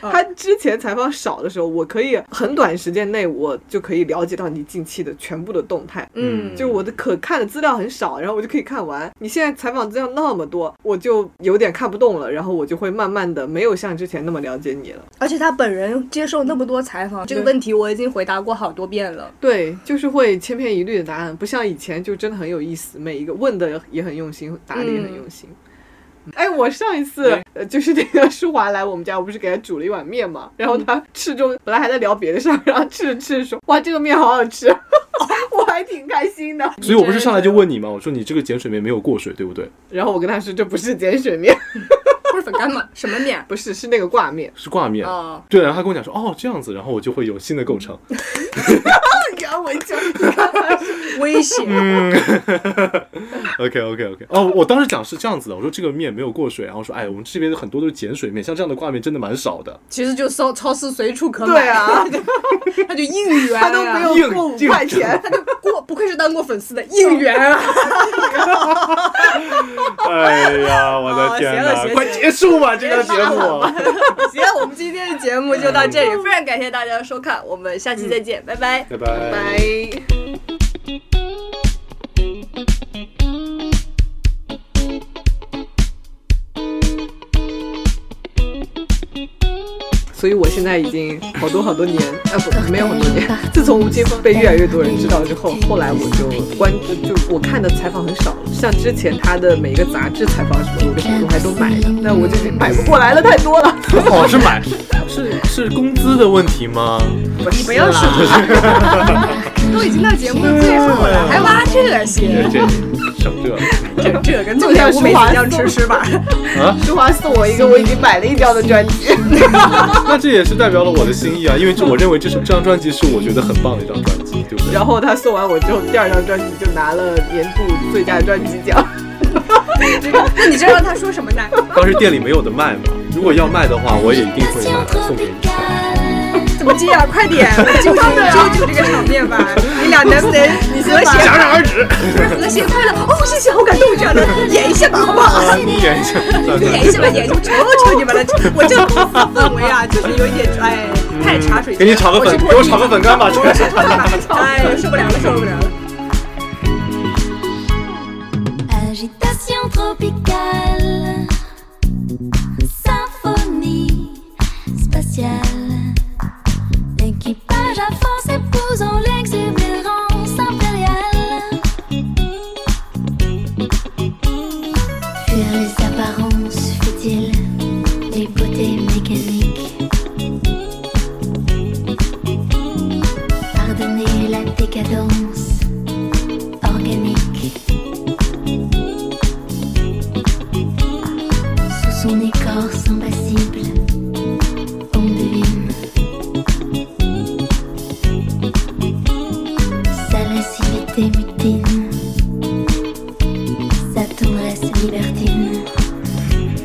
他之前采访少的时候，我可以很短时间内我就可以了解到你近期的全部的动态。
嗯，
就是我的可看的资料很少，然后我就可以看完。你现在采访资料那么多，我就有点看不动了，然后我就会慢慢的没有像之前那么了解你了。
而且他本人接受那么多采访，这个问题我已经回答过好多遍了。
对，就是会千篇一律的答案，不像以前就真的很有意思，每一个问的也很用心，答的也很用心。哎，我上一次
哎
呃，就是那个舒华来我们家，我不是给他煮了一碗面嘛，然后他吃中，本来还在聊别的事儿，然后吃着吃着说，哇，这个面好好吃， <laughs> 我还挺开心的。
所以我不是上来就问你吗？我说你这个碱水面没有过水，对不对？
然后我跟他说，这不是碱水面，
<laughs> 不是粉干吗？什么面？
不是，是那个挂面。
是挂面。
哦，
对，然后他跟我讲说，哦，这样子，然后我就会有新的构成。 <laughs>
哎 <laughs>
给他围剿。
危险！
OK OK OK。哦，我当时讲是这样子的，我说这个面没有过水，然后说，哎，我们这边的很多都是碱水面，像这样的挂面真的蛮少的。
其实就超超市随处可买，
<laughs>
对啊，
他就应援、啊，
他都没有过五块钱，
过，不愧是当过粉丝的应援
<laughs>
啊！
哎呀，我的天
哦行
哪
了，行
快结束吧这个节目。
行，我们今天的节目就到这里，非常感谢大家的收看，我们下期再见，拜拜。
拜拜。
拜。所以我现在已经好多好多年，啊不，没有很多 <laughs> 年。自从吴青峰被越来越多人知道之后，后来我就关，就我看的采访很少了。像之前他的每一个杂志采访什么，我的我还都买的，但我就是买不过来了，太多了。
<laughs> 哦，是买，是是工资的问题吗？
<laughs>
啊
你不要说， <laughs>
都已经到节目的最后了，还挖这些
这，这什么 <laughs> 这
这跟
重点
乌
是
梅子
华
一样吃吃吧。
啊？
淑华送我一个我已经买了一张的专辑。
那这也是代表了我的心意啊，因为这我认为这是这张专辑是我觉得很棒的一张专辑，对不对？
然后他送完我之后，第二张专辑就拿了年度最佳专辑奖。
<laughs>
那 <laughs> 你知道他说什么呢？
当时店里没有的卖嘛，如果要卖的话，我也一定会买来送给 <laughs> 你。
怎么这样？快点，救救救救这个场面吧！你俩能不能
<laughs>
和谐
戛然
<laughs>
而止，
和谐快乐？哦，谢谢，好感动这样的，演一下吧，好不好？
<laughs> 你演一下，算了
演一下吧，演一下，求求你们了！我这氛围啊，就是有一点哎，太茶水
给
间了。
你炒个粉，给我炒个
<laughs>
粉干吧，这个是
哎呦，受不了了，受不了了。
Agitation tropicale, symphonie spatiale, l'équipage avance épousant l'exubérance impériale. Fuir les apparences futiles des beautés mécaniques. Pardonner la décadence organique. Sous son écorce impassible, on devine sa lascivité mutine, sa tendresse libertine.